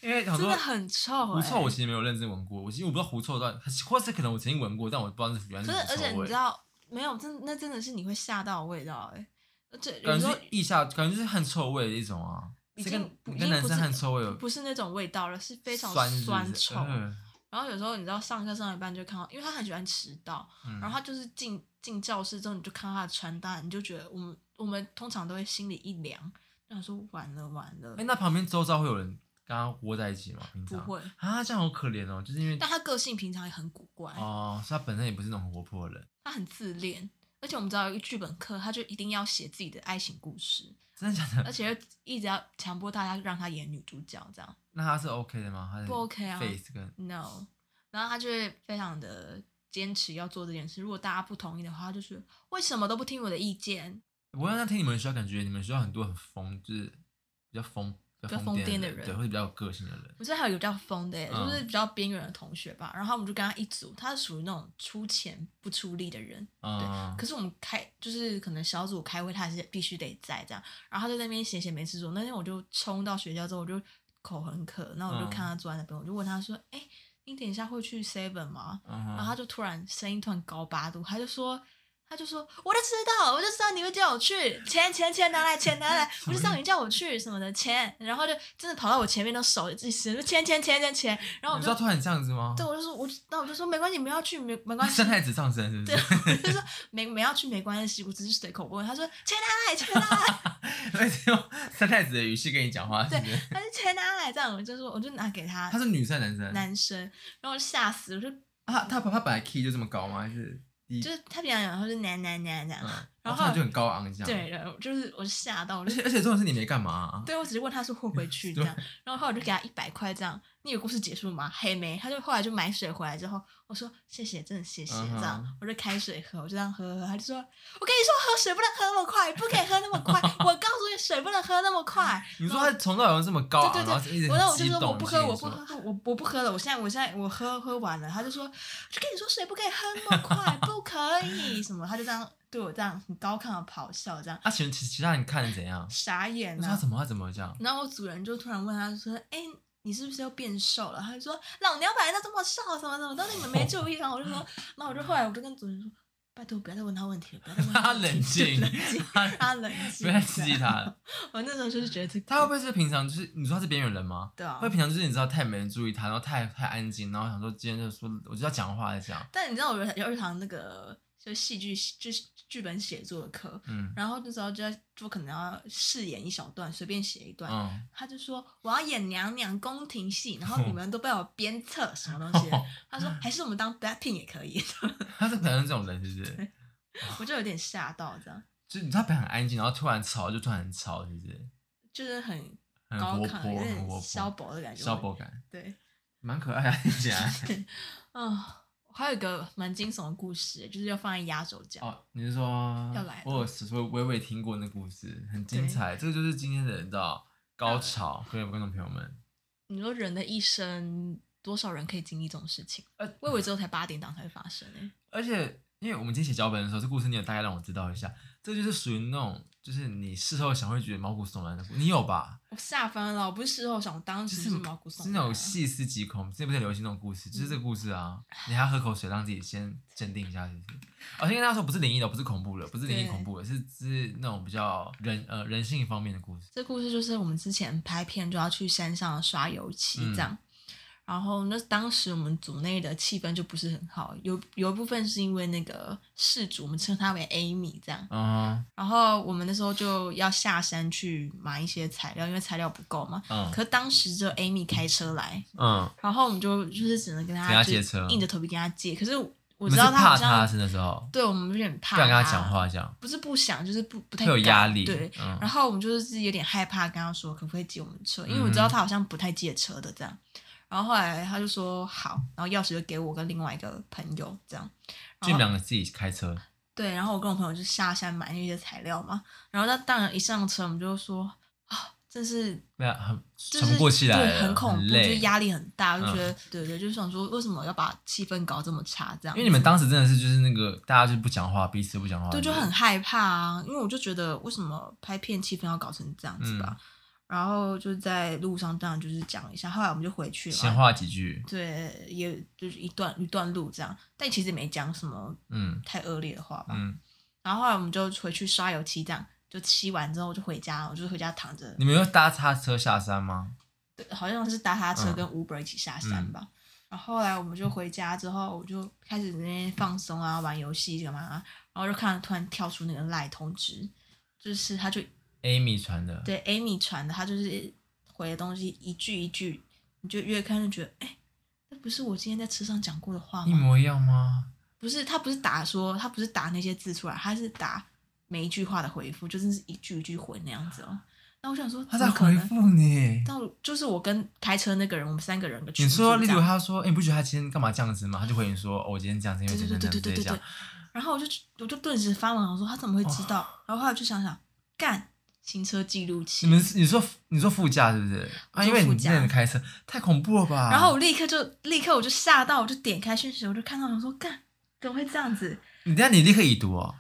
Speaker 2: 因为想
Speaker 1: 真
Speaker 2: 说
Speaker 1: 的很臭、欸，
Speaker 2: 狐臭，我其实没有认真闻过，我其实我不知道狐臭到底，或是可能我曾经闻过，但我不知道是原来
Speaker 1: 可是
Speaker 2: 是狐
Speaker 1: 而
Speaker 2: 臭
Speaker 1: 且你
Speaker 2: 味
Speaker 1: 知。道没有，真那真的是你会吓到的味道哎、而且有
Speaker 2: 感
Speaker 1: 时
Speaker 2: 觉
Speaker 1: 候
Speaker 2: 是腋下，感觉就是汗臭味的一种啊，
Speaker 1: 已
Speaker 2: 是
Speaker 1: 经
Speaker 2: 跟
Speaker 1: 不
Speaker 2: 跟
Speaker 1: 已经
Speaker 2: 男
Speaker 1: 不
Speaker 2: 生
Speaker 1: 是
Speaker 2: 汗臭味有
Speaker 1: 不是那种味道了，是非常
Speaker 2: 酸是不是
Speaker 1: 酸臭。
Speaker 2: 嗯
Speaker 1: 然后有时候你知道上课上到一半就看到，因为他很喜欢迟到，
Speaker 2: 嗯
Speaker 1: 然后他就是进进教室之后，你就看到他的穿搭，你就觉得我们我们通常都会心里一凉，就想说完了完了
Speaker 2: 哎、，那旁边周遭会有人跟他窝在一起吗？平
Speaker 1: 不
Speaker 2: 常
Speaker 1: 会。
Speaker 2: 啊，这样好可怜哦，就是因为
Speaker 1: 但他个性平常也很古怪，
Speaker 2: 哦，所以他本身也不是那种很活泼的人，
Speaker 1: 他很自恋，而且我们知道有一个剧本课，他就一定要写自己的爱情故事，
Speaker 2: 真的假的？
Speaker 1: 而且一直要强迫大家让他演女主角这样
Speaker 2: 那他是 OK 的吗？他是
Speaker 1: 不 OK 啊
Speaker 2: Face 跟
Speaker 1: ，no，然后他就会非常的坚持要做这件事，如果大家不同意的话，他就是为什么都不听我的意见，
Speaker 2: 我刚才听你们的学校，感觉你们学校很多很疯，就是比较疯、
Speaker 1: 较
Speaker 2: 比较
Speaker 1: 疯
Speaker 2: 疯
Speaker 1: 癫
Speaker 2: 癫
Speaker 1: 的人
Speaker 2: 人，对，或者比较有个性的人。
Speaker 1: 我这还有一个比较疯的耶，
Speaker 2: 嗯
Speaker 1: 就是比较边缘的同学吧。然后我们就跟他一组，他是属于那种出钱不出力的人。
Speaker 2: 啊、
Speaker 1: 可是我们开就是可能小组开会，他还是必须得在这样。然后他就在那边闲闲没事做。那天我就冲到学校之后，我就口很渴，然后我就
Speaker 2: 嗯
Speaker 1: 看他坐在那边，我就问他说：“哎、你等一下会去 Seven 吗？”
Speaker 2: 嗯哼
Speaker 1: 然后他就突然声音突然高八度，他就说。他就说，我就知道，我就知道你会叫我去，钱钱钱拿来，钱拿来，我就知道你叫我去什么的钱，然后就真的跑到我前面的手一直说钱钱钱钱钱，然后我
Speaker 2: 你
Speaker 1: 就
Speaker 2: 知道突然这样子吗？
Speaker 1: 对我就说，我就那我就说没关系，你们要去没没关系，
Speaker 2: 生态值上升是不
Speaker 1: 对，
Speaker 2: 是？
Speaker 1: 我就说没没要去没关系，我只是随口问。他说钱哪来？钱哪来？
Speaker 2: 而且用生态值的语气跟你讲话，是不是？
Speaker 1: 他说钱哪来？这样我就说我就拿给他
Speaker 2: 他是女生男生？
Speaker 1: 男生，然后我就吓死，我就
Speaker 2: 啊，他他本来 key 就这么高吗？还是低？
Speaker 1: 就是他平常讲他是男男男这样，
Speaker 2: 嗯，
Speaker 1: 然
Speaker 2: 然
Speaker 1: 后
Speaker 2: 后就很高昂这样。
Speaker 1: 对，然后就是我就吓到，我
Speaker 2: 而
Speaker 1: 就
Speaker 2: 且而且重点是你没干嘛啊、
Speaker 1: 对我只是问他说会不会
Speaker 2: [laughs]
Speaker 1: 去这样，然后后来我就给他一百块这样。你有故事结束吗？还没，他就后来就买水回来之后，我说谢谢，真的谢谢，
Speaker 2: 嗯哼
Speaker 1: 这样我就开水喝，我就这样喝喝喝，他就说我跟你说喝水不能喝那么快，不可以喝那么
Speaker 2: [laughs]
Speaker 1: 快，我告诉你水不能喝那么快，
Speaker 2: 你说他从到有这么高昂，
Speaker 1: 嗯对对对
Speaker 2: 哦然后一直
Speaker 1: 我那我
Speaker 2: 很
Speaker 1: 就
Speaker 2: 激
Speaker 1: 说
Speaker 2: 动，
Speaker 1: 我不喝，我不
Speaker 2: 你
Speaker 1: 喝，我我不喝了。我现在我现在我喝喝完了，他就说，就跟你说水不可以喝那么
Speaker 2: [laughs]
Speaker 1: 快，不可以什么，他就这样对我这样很高亢的咆哮，这样
Speaker 2: 啊，其其其他人看得
Speaker 1: [laughs]
Speaker 2: 怎样？
Speaker 1: 傻眼
Speaker 2: 我说他
Speaker 1: 啊。
Speaker 2: 怎么他怎么这
Speaker 1: [laughs]
Speaker 2: 样？
Speaker 1: 然后我主人就突然问他说，哎、你是不是又变瘦了？他就说老娘本来就这么瘦，什么什么，但是你们没注意啊。我就说，那我就后来我就跟主人说，拜托不要再问他问题了，不要再问
Speaker 2: [laughs] 他
Speaker 1: 问题
Speaker 2: 冷静
Speaker 1: 了冷静，
Speaker 2: 他
Speaker 1: 他冷静，啊
Speaker 2: 不要再刺激。他了。
Speaker 1: 我那时候就是觉得这个
Speaker 2: 他会不会是平常就是你说他是边缘人吗？
Speaker 1: 对啊
Speaker 2: 会，平常就是你知道太没人注意他，然后太太安静，然后想说今天就说我就要讲话来讲，
Speaker 1: 但你知道我有有一堂那个就是戏剧就是剧本写作的课， [laughs]
Speaker 2: 嗯
Speaker 1: 然后那时候就在就可能要饰演一小段，随便写一段。
Speaker 2: 嗯，
Speaker 1: 他就说我要演娘娘宫廷戏，然后你们都被我鞭策什么东西
Speaker 2: [laughs]
Speaker 1: 的。他说还是我们当 Blackpink 也可以， [laughs]
Speaker 2: 他是本来是这种人，是不是？
Speaker 1: 我就有点吓到，这样
Speaker 2: 就是他本来很安静，然后突然吵就突然很吵，是不是？
Speaker 1: 就是很
Speaker 2: 很
Speaker 1: 高
Speaker 2: 活
Speaker 1: 亢，有
Speaker 2: 泼，很活
Speaker 1: 点消
Speaker 2: 泼，
Speaker 1: 薄的感觉。
Speaker 2: 消薄感， [laughs]
Speaker 1: 对，
Speaker 2: 蛮可爱啊的，讲。
Speaker 1: 嗯，还有一个蛮惊悚的故事，就是要放在压轴讲。
Speaker 2: 哦，你是说
Speaker 1: 要来了
Speaker 2: 我有说微微听过那故事，很精彩。这个就是今天的人道高潮，各位观众朋友们。
Speaker 1: 你说人的一生，多少人可以经历这种事情？
Speaker 2: 呃
Speaker 1: 我以为只有才八点档才会发生呢、
Speaker 2: 而且因为我们今天写脚本的时候，这故事你也大概让我知道一下，这就是属于那种就是你事后想会觉得毛骨悚然的，你有吧？
Speaker 1: 我吓翻了，我不是事后想，我当
Speaker 2: 就
Speaker 1: 时
Speaker 2: 是
Speaker 1: 是毛骨悚
Speaker 2: 是
Speaker 1: 然。
Speaker 2: 那种细思极恐。之前不是很流行那种故事，就是这个故事啊，你还要喝口水让自己先镇定一下，就是。
Speaker 1: [laughs]
Speaker 2: 而且跟大家说，不是灵异的，不是恐怖的，不是灵异
Speaker 1: 对
Speaker 2: 恐怖的，是是那种比较人呃人性方面的故事。
Speaker 1: 这故事就是我们之前拍片就要去山上刷油漆
Speaker 2: 嗯
Speaker 1: 这样，然后那当时我们组内的气氛就不是很好，有有一部分是因为那个事主，我们称他为 Amy 这样，
Speaker 2: 嗯
Speaker 1: 然后我们那时候就要下山去买一些材料，因为材料不够嘛。
Speaker 2: 嗯
Speaker 1: 可当时只有 Amy 开车来，
Speaker 2: 嗯，
Speaker 1: 然后我们就就是只能跟
Speaker 2: 给
Speaker 1: 他
Speaker 2: 他
Speaker 1: 就是
Speaker 2: 借车
Speaker 1: 硬着头皮跟他借。可是
Speaker 2: 我
Speaker 1: 我知道
Speaker 2: 他
Speaker 1: 好
Speaker 2: 怕
Speaker 1: 像
Speaker 2: 是那时候，
Speaker 1: 对我们有点怕，
Speaker 2: 不敢跟他讲，话，这样
Speaker 1: 不是不想，就是不不太
Speaker 2: 会有
Speaker 1: 敢
Speaker 2: 压力。
Speaker 1: 对，
Speaker 2: 嗯
Speaker 1: 然后我们就是自己有点害怕，跟他说可不可以借我们车，因为
Speaker 2: 嗯
Speaker 1: 我知道他好像不太借车的这样。然后后来他就说好，然后钥匙就给我跟另外一个朋友这样。
Speaker 2: 就你们两个自己开车，
Speaker 1: 对，然后我跟我朋友就下山买那些材料嘛。然后他当然一上车，我们就说啊，真是
Speaker 2: 对啊，很
Speaker 1: 就是
Speaker 2: 喘不过气来
Speaker 1: 对，
Speaker 2: 了，
Speaker 1: 很恐怖，就
Speaker 2: 累。
Speaker 1: 压力很大，就
Speaker 2: 嗯
Speaker 1: 觉得、对对，就想说为什么要把气氛搞这么差这样
Speaker 2: 因
Speaker 1: 子？
Speaker 2: 为你们当时真的是就是那个大家就是不讲话，彼此不讲话，
Speaker 1: 对，就很害怕啊，因为我就觉得为什么拍片气氛要搞成这样子吧。
Speaker 2: 嗯
Speaker 1: 然后就在路上，当然就是讲一下。后来我们就回去了
Speaker 2: 闲
Speaker 1: 嘛，
Speaker 2: 话几句，
Speaker 1: 对，也就是一段一段路这样，但其实也没讲什么
Speaker 2: 嗯
Speaker 1: 太恶劣的话吧。
Speaker 2: 嗯。
Speaker 1: 然后后来我们就回去刷油漆，这样就漆完之后就回家，我就回家躺着，
Speaker 2: 你们有搭叉车下山吗？
Speaker 1: 对好像是搭他车
Speaker 2: 嗯
Speaker 1: 跟 Uber 一起下山
Speaker 2: 嗯
Speaker 1: 吧。然后后来我们就回家之后，我就开始在那边放松啊，玩游戏干嘛、啊，然后就看突然跳出那个赖通知，就是他就
Speaker 2: Amy 传的，
Speaker 1: 对 Amy 传的，他就是回的东西一句一句，你就越看就觉得，哎，那不是我今天在车上讲过的话
Speaker 2: 一
Speaker 1: 吗？
Speaker 2: 模一样吗？
Speaker 1: 不是，他不是打说，他不是打那些字出来，他是打每一句话的回复，就真是一句一句回那样子哦。那我想说，
Speaker 2: 他
Speaker 1: 怎
Speaker 2: 在
Speaker 1: 么可
Speaker 2: 回
Speaker 1: 能
Speaker 2: 复你。
Speaker 1: 到就是我跟开车那个人，我们三个人的群
Speaker 2: 你
Speaker 1: 组这
Speaker 2: 说，
Speaker 1: 样。
Speaker 2: 例如他说，哎，你不觉得他今天干嘛这样子吗？他就回你说，哦，我今天这样子，因为
Speaker 1: 对
Speaker 2: 怎
Speaker 1: 对
Speaker 2: 样
Speaker 1: 对
Speaker 2: 怎
Speaker 1: 对
Speaker 2: 样
Speaker 1: 对对
Speaker 2: 怎
Speaker 1: 对
Speaker 2: 样。。
Speaker 1: 然后我就我就顿时发懵，我说他怎么会知道？然后后来我就想想，干行车记录器
Speaker 2: 你。们是你说你说副驾是不是？
Speaker 1: 我坐
Speaker 2: 啊，因为
Speaker 1: 副
Speaker 2: 你之
Speaker 1: 驾
Speaker 2: 前开车太恐怖了吧？
Speaker 1: 然后我立刻就立刻我就吓到，我就点开讯息，我就看到我说干怎么会这样子？
Speaker 2: 你等一下你立刻已读哦，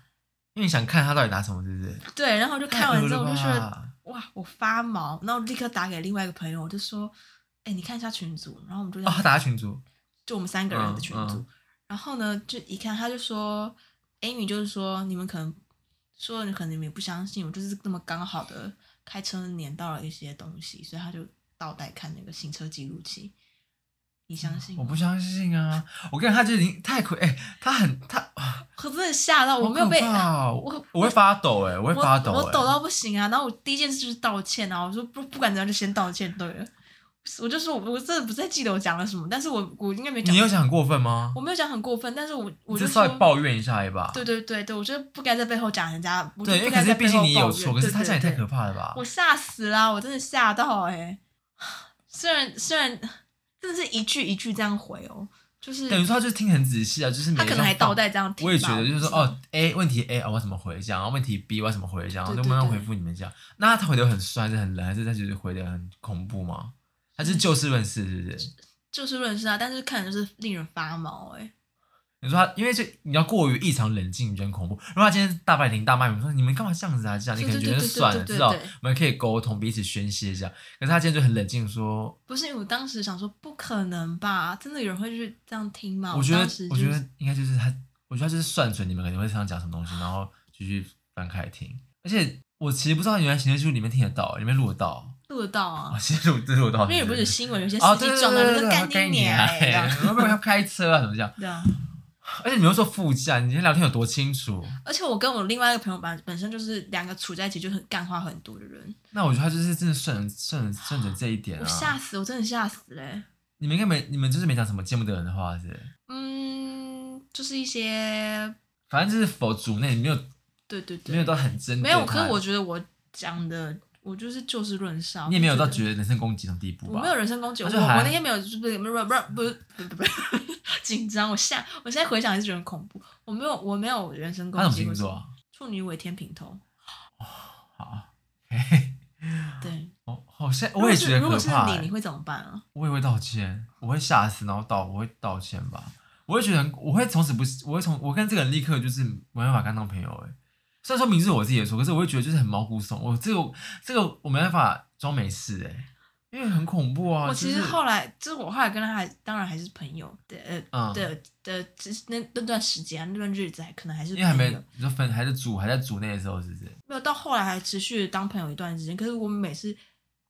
Speaker 2: 因为你想看他到底拿什么，是不是？
Speaker 1: 对，然后我就看
Speaker 2: 太
Speaker 1: 完
Speaker 2: 恶
Speaker 1: 之后我
Speaker 2: 了
Speaker 1: 就嗯觉得
Speaker 2: 吧
Speaker 1: 哇，我发毛，然后我立刻打给另外一个朋友，我就说，哎、你看一下群组，然后我们就在
Speaker 2: 哦，他打群主，
Speaker 1: 就我们三个人的
Speaker 2: 嗯
Speaker 1: 群
Speaker 2: 嗯
Speaker 1: 组。然后呢，就一看他就说，Amy 就是说你们可能说你可能你们也不相信，我就是那么刚好的开车碾到了一些东西，所以他就倒带看那个行车记录器。你相信吗？
Speaker 2: 嗯我不相信啊！我跟你讲他就已经太亏，哎、他很他，
Speaker 1: 可真的吓哦到我，
Speaker 2: 好
Speaker 1: 没有被
Speaker 2: 可怕哦
Speaker 1: [laughs] 我
Speaker 2: 我会发抖哎、我会发抖、哎
Speaker 1: 我我抖到不行啊！然后我第一件事就是道歉啊，我说不不管怎样就先道歉，对了。我就说我我真的不太记得我讲了什么，但是我我应该没讲，
Speaker 2: 你有想很过分吗？
Speaker 1: 我没有讲很过分，但是我我就
Speaker 2: 你就
Speaker 1: 说
Speaker 2: 稍微抱怨一下也吧。
Speaker 1: 对对对对，我觉得不该在背后讲人家，我就
Speaker 2: 对，因为
Speaker 1: 不
Speaker 2: 可
Speaker 1: 该在
Speaker 2: 是
Speaker 1: 背
Speaker 2: 毕
Speaker 1: 后
Speaker 2: 竟你有
Speaker 1: 抱怨
Speaker 2: 错，可是他这样也太可
Speaker 1: 对对
Speaker 2: 怕了吧
Speaker 1: 对我？吓死啦！我真的吓到哎、虽然虽然真的是一句一句这样回哦，就是
Speaker 2: 等于说他就是听很仔细啊，就是每
Speaker 1: 他
Speaker 2: 一
Speaker 1: 可能
Speaker 2: 项
Speaker 1: 还
Speaker 2: 放
Speaker 1: 倒带这样听吧，
Speaker 2: 我也觉得就是说
Speaker 1: 不知道
Speaker 2: 哦，A 问题 A 啊，我要怎么回这样？然后问题 B 我要怎么回这样？
Speaker 1: 对
Speaker 2: 我就
Speaker 1: 对
Speaker 2: 慢慢
Speaker 1: 对
Speaker 2: 回复你们这样。那他回的很帅，还是很冷，还是他就是回的很恐怖吗？他是就事论事，是不是？
Speaker 1: 就事论事啊，但是看着就是令人发毛哎、
Speaker 2: 你说他，因为这你要过于异常冷静，你觉得很恐怖。如果他今天大白天大骂你，说你们干嘛这样子啊？这样你
Speaker 1: 对
Speaker 2: 可能
Speaker 1: 对
Speaker 2: 觉得
Speaker 1: 对对
Speaker 2: 算了，
Speaker 1: 对对
Speaker 2: 知道
Speaker 1: 对
Speaker 2: 我们可以沟通，彼此宣泄一下。可是他今天就很冷静说，
Speaker 1: 不是，因为我当时想说不可能吧，真的有人会去这样听吗？
Speaker 2: 我觉得
Speaker 1: 哦当时、就
Speaker 2: 我
Speaker 1: 是、
Speaker 2: 觉得应该就是他，我觉得他就是算准你们肯定会想讲什么东西，然后继续翻开听。而且我其实不知道原来行车记录里面听得到，里面录得到，
Speaker 1: 录得到
Speaker 2: 啊，
Speaker 1: 啊，
Speaker 2: 其实录这录得到。
Speaker 1: 因为也不是有新闻，有些司
Speaker 2: 哦，
Speaker 1: 机
Speaker 2: 对对
Speaker 1: 撞到
Speaker 2: 对
Speaker 1: 人
Speaker 2: 对
Speaker 1: 说
Speaker 2: 对，
Speaker 1: 干
Speaker 2: 跟
Speaker 1: 你
Speaker 2: 你
Speaker 1: 娘
Speaker 2: 啊，
Speaker 1: 欸这样 [laughs]
Speaker 2: 会不会要开车啊？怎么讲？
Speaker 1: 对啊。
Speaker 2: 而且你又说副驾，你今天聊天有多清楚？
Speaker 1: 而且我跟我另外一个朋友本本身就是两个处在一起就很干话很多的人，
Speaker 2: 那我觉得他就是真的顺顺顺着这一点
Speaker 1: 我吓
Speaker 2: 啊。
Speaker 1: 死，我真的吓死嘞、
Speaker 2: 你们应该没，你们就是没讲什么见不得人的话是不是？
Speaker 1: 嗯，就是一些
Speaker 2: 反正就是否组内没有
Speaker 1: 对对对，
Speaker 2: 没有到很针
Speaker 1: 没
Speaker 2: 对
Speaker 1: 有
Speaker 2: 他
Speaker 1: 可是我觉得我讲的，我就是就事论事啊。
Speaker 2: 你也没有到
Speaker 1: 我就
Speaker 2: 觉得人身攻击那种地步
Speaker 1: 我
Speaker 2: 吧
Speaker 1: 没？有人身攻击，我
Speaker 2: 那
Speaker 1: 我
Speaker 2: 就还
Speaker 1: 那天没有，不是不是不是不是不是不 [laughs] 是紧张，我吓，我现在回想还是觉得很恐怖。我没有我没有人身攻
Speaker 2: 他什么
Speaker 1: 击，
Speaker 2: 星
Speaker 1: 我
Speaker 2: 座啊？哦
Speaker 1: 处女尾天平头， [laughs]
Speaker 2: 好，嘿嘿
Speaker 1: 对，
Speaker 2: 哦，好像我也觉得
Speaker 1: 如果
Speaker 2: 可
Speaker 1: 是如
Speaker 2: 怕
Speaker 1: 果是你，
Speaker 2: 欸
Speaker 1: 你。会怎么办啊？
Speaker 2: 我也会道歉，我会吓死，然后道我会道歉吧。我会觉得很，我会从此不，我会从我跟这个人立刻就是没办法跟他当朋友哎、虽然说名字是我自己的错，可是我会觉得就是很毛骨悚。我这个这个我没办法装没事哎、因为很恐怖啊。
Speaker 1: 我
Speaker 2: 就
Speaker 1: 其
Speaker 2: 是
Speaker 1: 实后来，就是我后来跟他还当然还是朋友的，呃
Speaker 2: 嗯，
Speaker 1: 的的，只是那那段时间啊那段日子还可能还是朋
Speaker 2: 因为还没
Speaker 1: 友，
Speaker 2: 你说分还是组还在组内的时候，是不是？
Speaker 1: 没有到后来还持续当朋友一段时间。可是我每次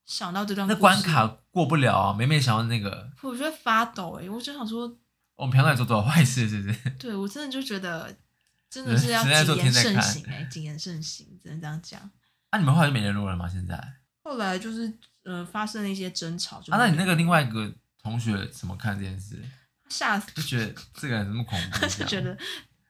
Speaker 1: 想到这段
Speaker 2: 那
Speaker 1: 故
Speaker 2: 关
Speaker 1: 事
Speaker 2: 卡，过不了啊，每每想到那个，
Speaker 1: 我就会发抖哎、欸我就想说，
Speaker 2: 我们平常在做多少坏事，是不是？ [laughs]
Speaker 1: 对我真的就觉得真的是要
Speaker 2: 人家做
Speaker 1: 谨言
Speaker 2: 嗯天在
Speaker 1: 慎
Speaker 2: 看
Speaker 1: 行哎、谨言慎行，只能这样讲。
Speaker 2: 啊，你们后来就没联络了吗？现在？啊，
Speaker 1: 后来就是呃发生了一些争吵，就
Speaker 2: 那你那个另外一个同学怎么看这件事？
Speaker 1: 吓死
Speaker 2: 就觉得这个人怎么恐怖？
Speaker 1: 就 [laughs] 觉得，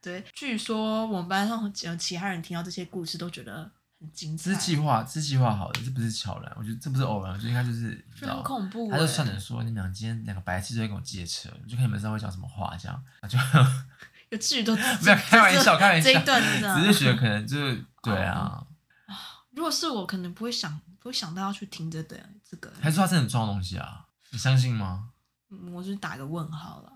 Speaker 1: 对，据说我们班上有其他人听到这些故事都觉得很精
Speaker 2: 这
Speaker 1: 彩
Speaker 2: 是，计划，这是计划好的，这不是巧然。我觉得这不是偶然，我觉得应该就是你知
Speaker 1: 就很
Speaker 2: 道。
Speaker 1: 恐怖、欸。
Speaker 2: 他就哦算着说，你们俩今天两个白痴就会跟我借车，我就看你们知道会讲什么话，这样
Speaker 1: 有至于都
Speaker 2: [laughs] 没有开玩笑，开玩笑
Speaker 1: 这，一段真的
Speaker 2: 只是觉得可
Speaker 1: [laughs]
Speaker 2: 能就是对
Speaker 1: 哦
Speaker 2: 啊，
Speaker 1: 如果是我，可能不会想不会想到要去听这个这个，
Speaker 2: 还是他真的撞到东西啊？你相信吗？ [laughs]
Speaker 1: 嗯我是打个问号了，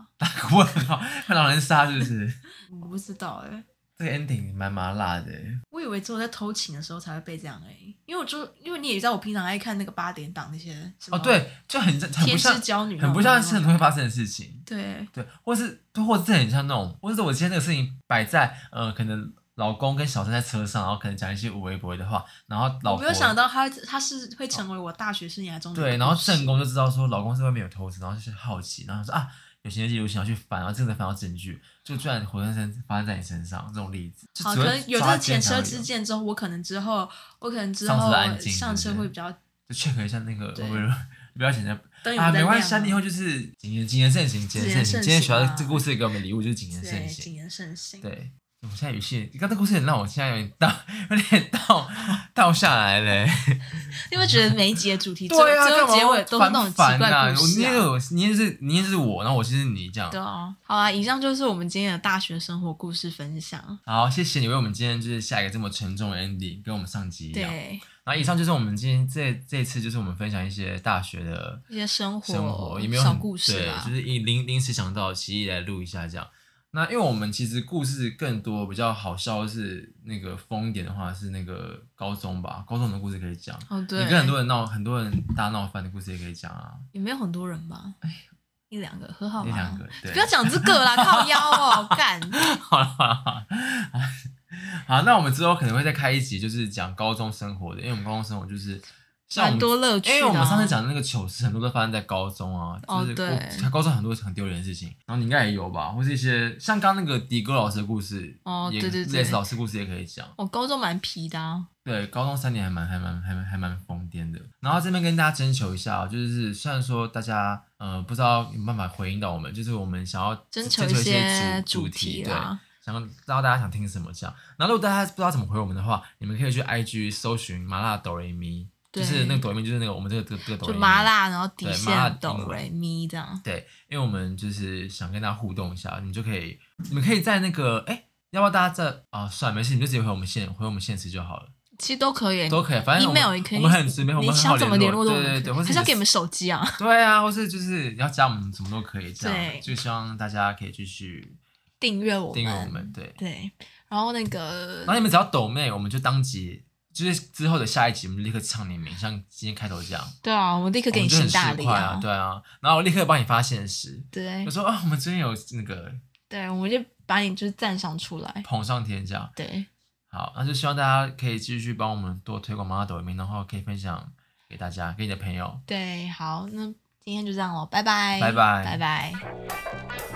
Speaker 2: 问号，会狼人杀是不是？
Speaker 1: 我不知道哎、
Speaker 2: 这个 ending 蛮麻辣的欸，
Speaker 1: 我以为只有在偷情的时候才会被这样哎、因为我就因为你也知道，我平常爱看那个八点档那些什么
Speaker 2: 哦，对，就很很不
Speaker 1: 天
Speaker 2: 像
Speaker 1: 之，娇女那种，
Speaker 2: 很不像是
Speaker 1: 是
Speaker 2: 很容易发生的事情，
Speaker 1: 对
Speaker 2: 对，或是或是很像那种，或是我今天这个事情摆在呃，可能老公跟小三在车上，然后可能讲一些无微不微的话，然后老
Speaker 1: 我
Speaker 2: 婆
Speaker 1: 没有想到他他是会成为我大学生涯中的一
Speaker 2: 对，
Speaker 1: 个
Speaker 2: 然后
Speaker 1: 故事
Speaker 2: 正宫就知道说老公是外面有偷吃，然后就是好奇，然后说啊。有行车记录器，想去翻，然后真的翻到证据，就居然活生生发生在你身上这种例子，就
Speaker 1: 好，
Speaker 2: 只
Speaker 1: 可
Speaker 2: 会
Speaker 1: 能有这
Speaker 2: 抓
Speaker 1: 个前
Speaker 2: 奸才
Speaker 1: 车
Speaker 2: 会
Speaker 1: 之
Speaker 2: 有
Speaker 1: 鉴之后，我可能之后，我可能之
Speaker 2: 上车
Speaker 1: 后
Speaker 2: 安静
Speaker 1: 上
Speaker 2: 是
Speaker 1: 车
Speaker 2: 不是
Speaker 1: 会比较
Speaker 2: 就 check 一下那个
Speaker 1: 对
Speaker 2: 微软，不要紧
Speaker 1: [laughs]
Speaker 2: 张
Speaker 1: 等你
Speaker 2: 啊，
Speaker 1: 们再
Speaker 2: 没关系，
Speaker 1: 亮
Speaker 2: 啊，你以后就是谨言谨言慎行，谨言慎行。
Speaker 1: 谨言慎行啊
Speaker 2: 今天学校这个故事给我们礼物就是谨言
Speaker 1: 对
Speaker 2: 慎
Speaker 1: 谨
Speaker 2: 行。
Speaker 1: 言慎行。
Speaker 2: 对，我现在语气，你刚才故事也让我现在有点倒，有点倒倒下来嘞。
Speaker 1: 你会觉得每一集的主题最
Speaker 2: [laughs] 对啊，
Speaker 1: 最
Speaker 2: 干
Speaker 1: 后
Speaker 2: 嘛
Speaker 1: 结尾都是那种
Speaker 2: 烦
Speaker 1: 奇
Speaker 2: 烦
Speaker 1: 怪
Speaker 2: 啊？
Speaker 1: 故
Speaker 2: 我
Speaker 1: 事
Speaker 2: 你也
Speaker 1: 啊。
Speaker 2: 有，你也是你也是我，然后我就是你这样
Speaker 1: 对。哦，好啊，以上就是我们今天的大学生活故事分享。
Speaker 2: 好，谢谢你为我们今天就是下一个这么沉重的 ending，跟我们上集一样。
Speaker 1: 对，
Speaker 2: 然后以上就是我们今天这这次就是我们分享一些大学的
Speaker 1: 一些生活
Speaker 2: 生活，也没有
Speaker 1: 小
Speaker 2: 很
Speaker 1: 故事
Speaker 2: 对，
Speaker 1: 啦
Speaker 2: 就是一临临时想到，起意来录一下这样。那因为我们其实故事更多比较好笑的是那个疯一点的话是那个高中吧，高中的故事可以讲，
Speaker 1: 哦，
Speaker 2: 你
Speaker 1: 对，
Speaker 2: 跟很多人闹，很多人大闹翻的故事也可以讲啊，
Speaker 1: 也没有很多人吧，一两个很好
Speaker 2: 那哎两
Speaker 1: 吗
Speaker 2: 个？对
Speaker 1: 不。要讲这个啦，靠腰哦， [laughs] 干。
Speaker 2: 好了好了好了， [laughs] 好，那我们之后可能会再开一集，就是讲高中生活的，因为我们高中生活就是像我
Speaker 1: 蛮
Speaker 2: 们
Speaker 1: 多乐趣的啊
Speaker 2: 因为我们上次讲的那个糗事，很多都发生在高中啊，
Speaker 1: 哦
Speaker 2: 就是
Speaker 1: 对
Speaker 2: 高高中很多很丢脸的事情，然后你应该也有吧，或是一些像刚刚那个迪哥老师的故事，
Speaker 1: 哦
Speaker 2: 也
Speaker 1: 对对对
Speaker 2: 类似老师故事也可以讲。
Speaker 1: 我高中蛮皮的啊，
Speaker 2: 对，高中三年还蛮还蛮还蛮还蛮疯癫的。然后这边跟大家征求一下哦，就是虽然说大家呃不知道有没有办法回应到我们，就是我们想要
Speaker 1: 征求
Speaker 2: 求
Speaker 1: 一些
Speaker 2: 些主
Speaker 1: 主
Speaker 2: 题
Speaker 1: 题
Speaker 2: 对。
Speaker 1: 啦。
Speaker 2: 想要知道大家想听什么这样。然后如果大家不知道怎么回我们的话，你们可以去 IG 搜寻麻辣哆瑞咪，
Speaker 1: 对
Speaker 2: 就是那个哆瑞咪，就是那个我们这个这个这个
Speaker 1: 就
Speaker 2: 哆瑞咪
Speaker 1: 麻。辣，然后底
Speaker 2: 对麻辣
Speaker 1: 线
Speaker 2: 英
Speaker 1: 哆
Speaker 2: 文
Speaker 1: 来咪这样。
Speaker 2: 对，因为我们就是想跟大家互动一下，你们就可以，你们可以在那个哎。要不要大家在啊？算了，没事，你就直接回我们现回我们现实就好了，
Speaker 1: 其实都可以，
Speaker 2: 都可以。反正我们
Speaker 1: 哎 email 也可以，
Speaker 2: 我们很随便，我
Speaker 1: 你
Speaker 2: 们很好
Speaker 1: 想怎么
Speaker 2: 联
Speaker 1: 络
Speaker 2: 对
Speaker 1: 都我
Speaker 2: 对
Speaker 1: 们
Speaker 2: 对，
Speaker 1: 可以
Speaker 2: 或是
Speaker 1: 还是要给你们手机啊。
Speaker 2: 对啊，或是就是要加我们什么都可以这样。
Speaker 1: 对
Speaker 2: 就希望大家可以继续
Speaker 1: 订阅我们，
Speaker 2: 订阅我们，啊对。
Speaker 1: 对，然后那个
Speaker 2: 然后你们只要抖妹，我们就当即就是之后的下一集，我们立刻唱你名，像今天开头这样，
Speaker 1: 对啊，我立刻
Speaker 2: 我
Speaker 1: 给
Speaker 2: 们
Speaker 1: 你
Speaker 2: 就很
Speaker 1: 行大
Speaker 2: 市
Speaker 1: 礼
Speaker 2: 侩啊，对啊，然后我立刻帮你发现实，
Speaker 1: 对
Speaker 2: 我说啊、我们最近有那个
Speaker 1: 对，我们就把你就是赞赏出来，
Speaker 2: 捧上天这样，
Speaker 1: 对
Speaker 2: 好，那就希望大家可以继续帮我们多推广妈妈抖音，然后可以分享给大家，给你的朋友。
Speaker 1: 对，好，那今天就这样喽，拜拜，
Speaker 2: 拜拜
Speaker 1: 拜拜。
Speaker 4: 拜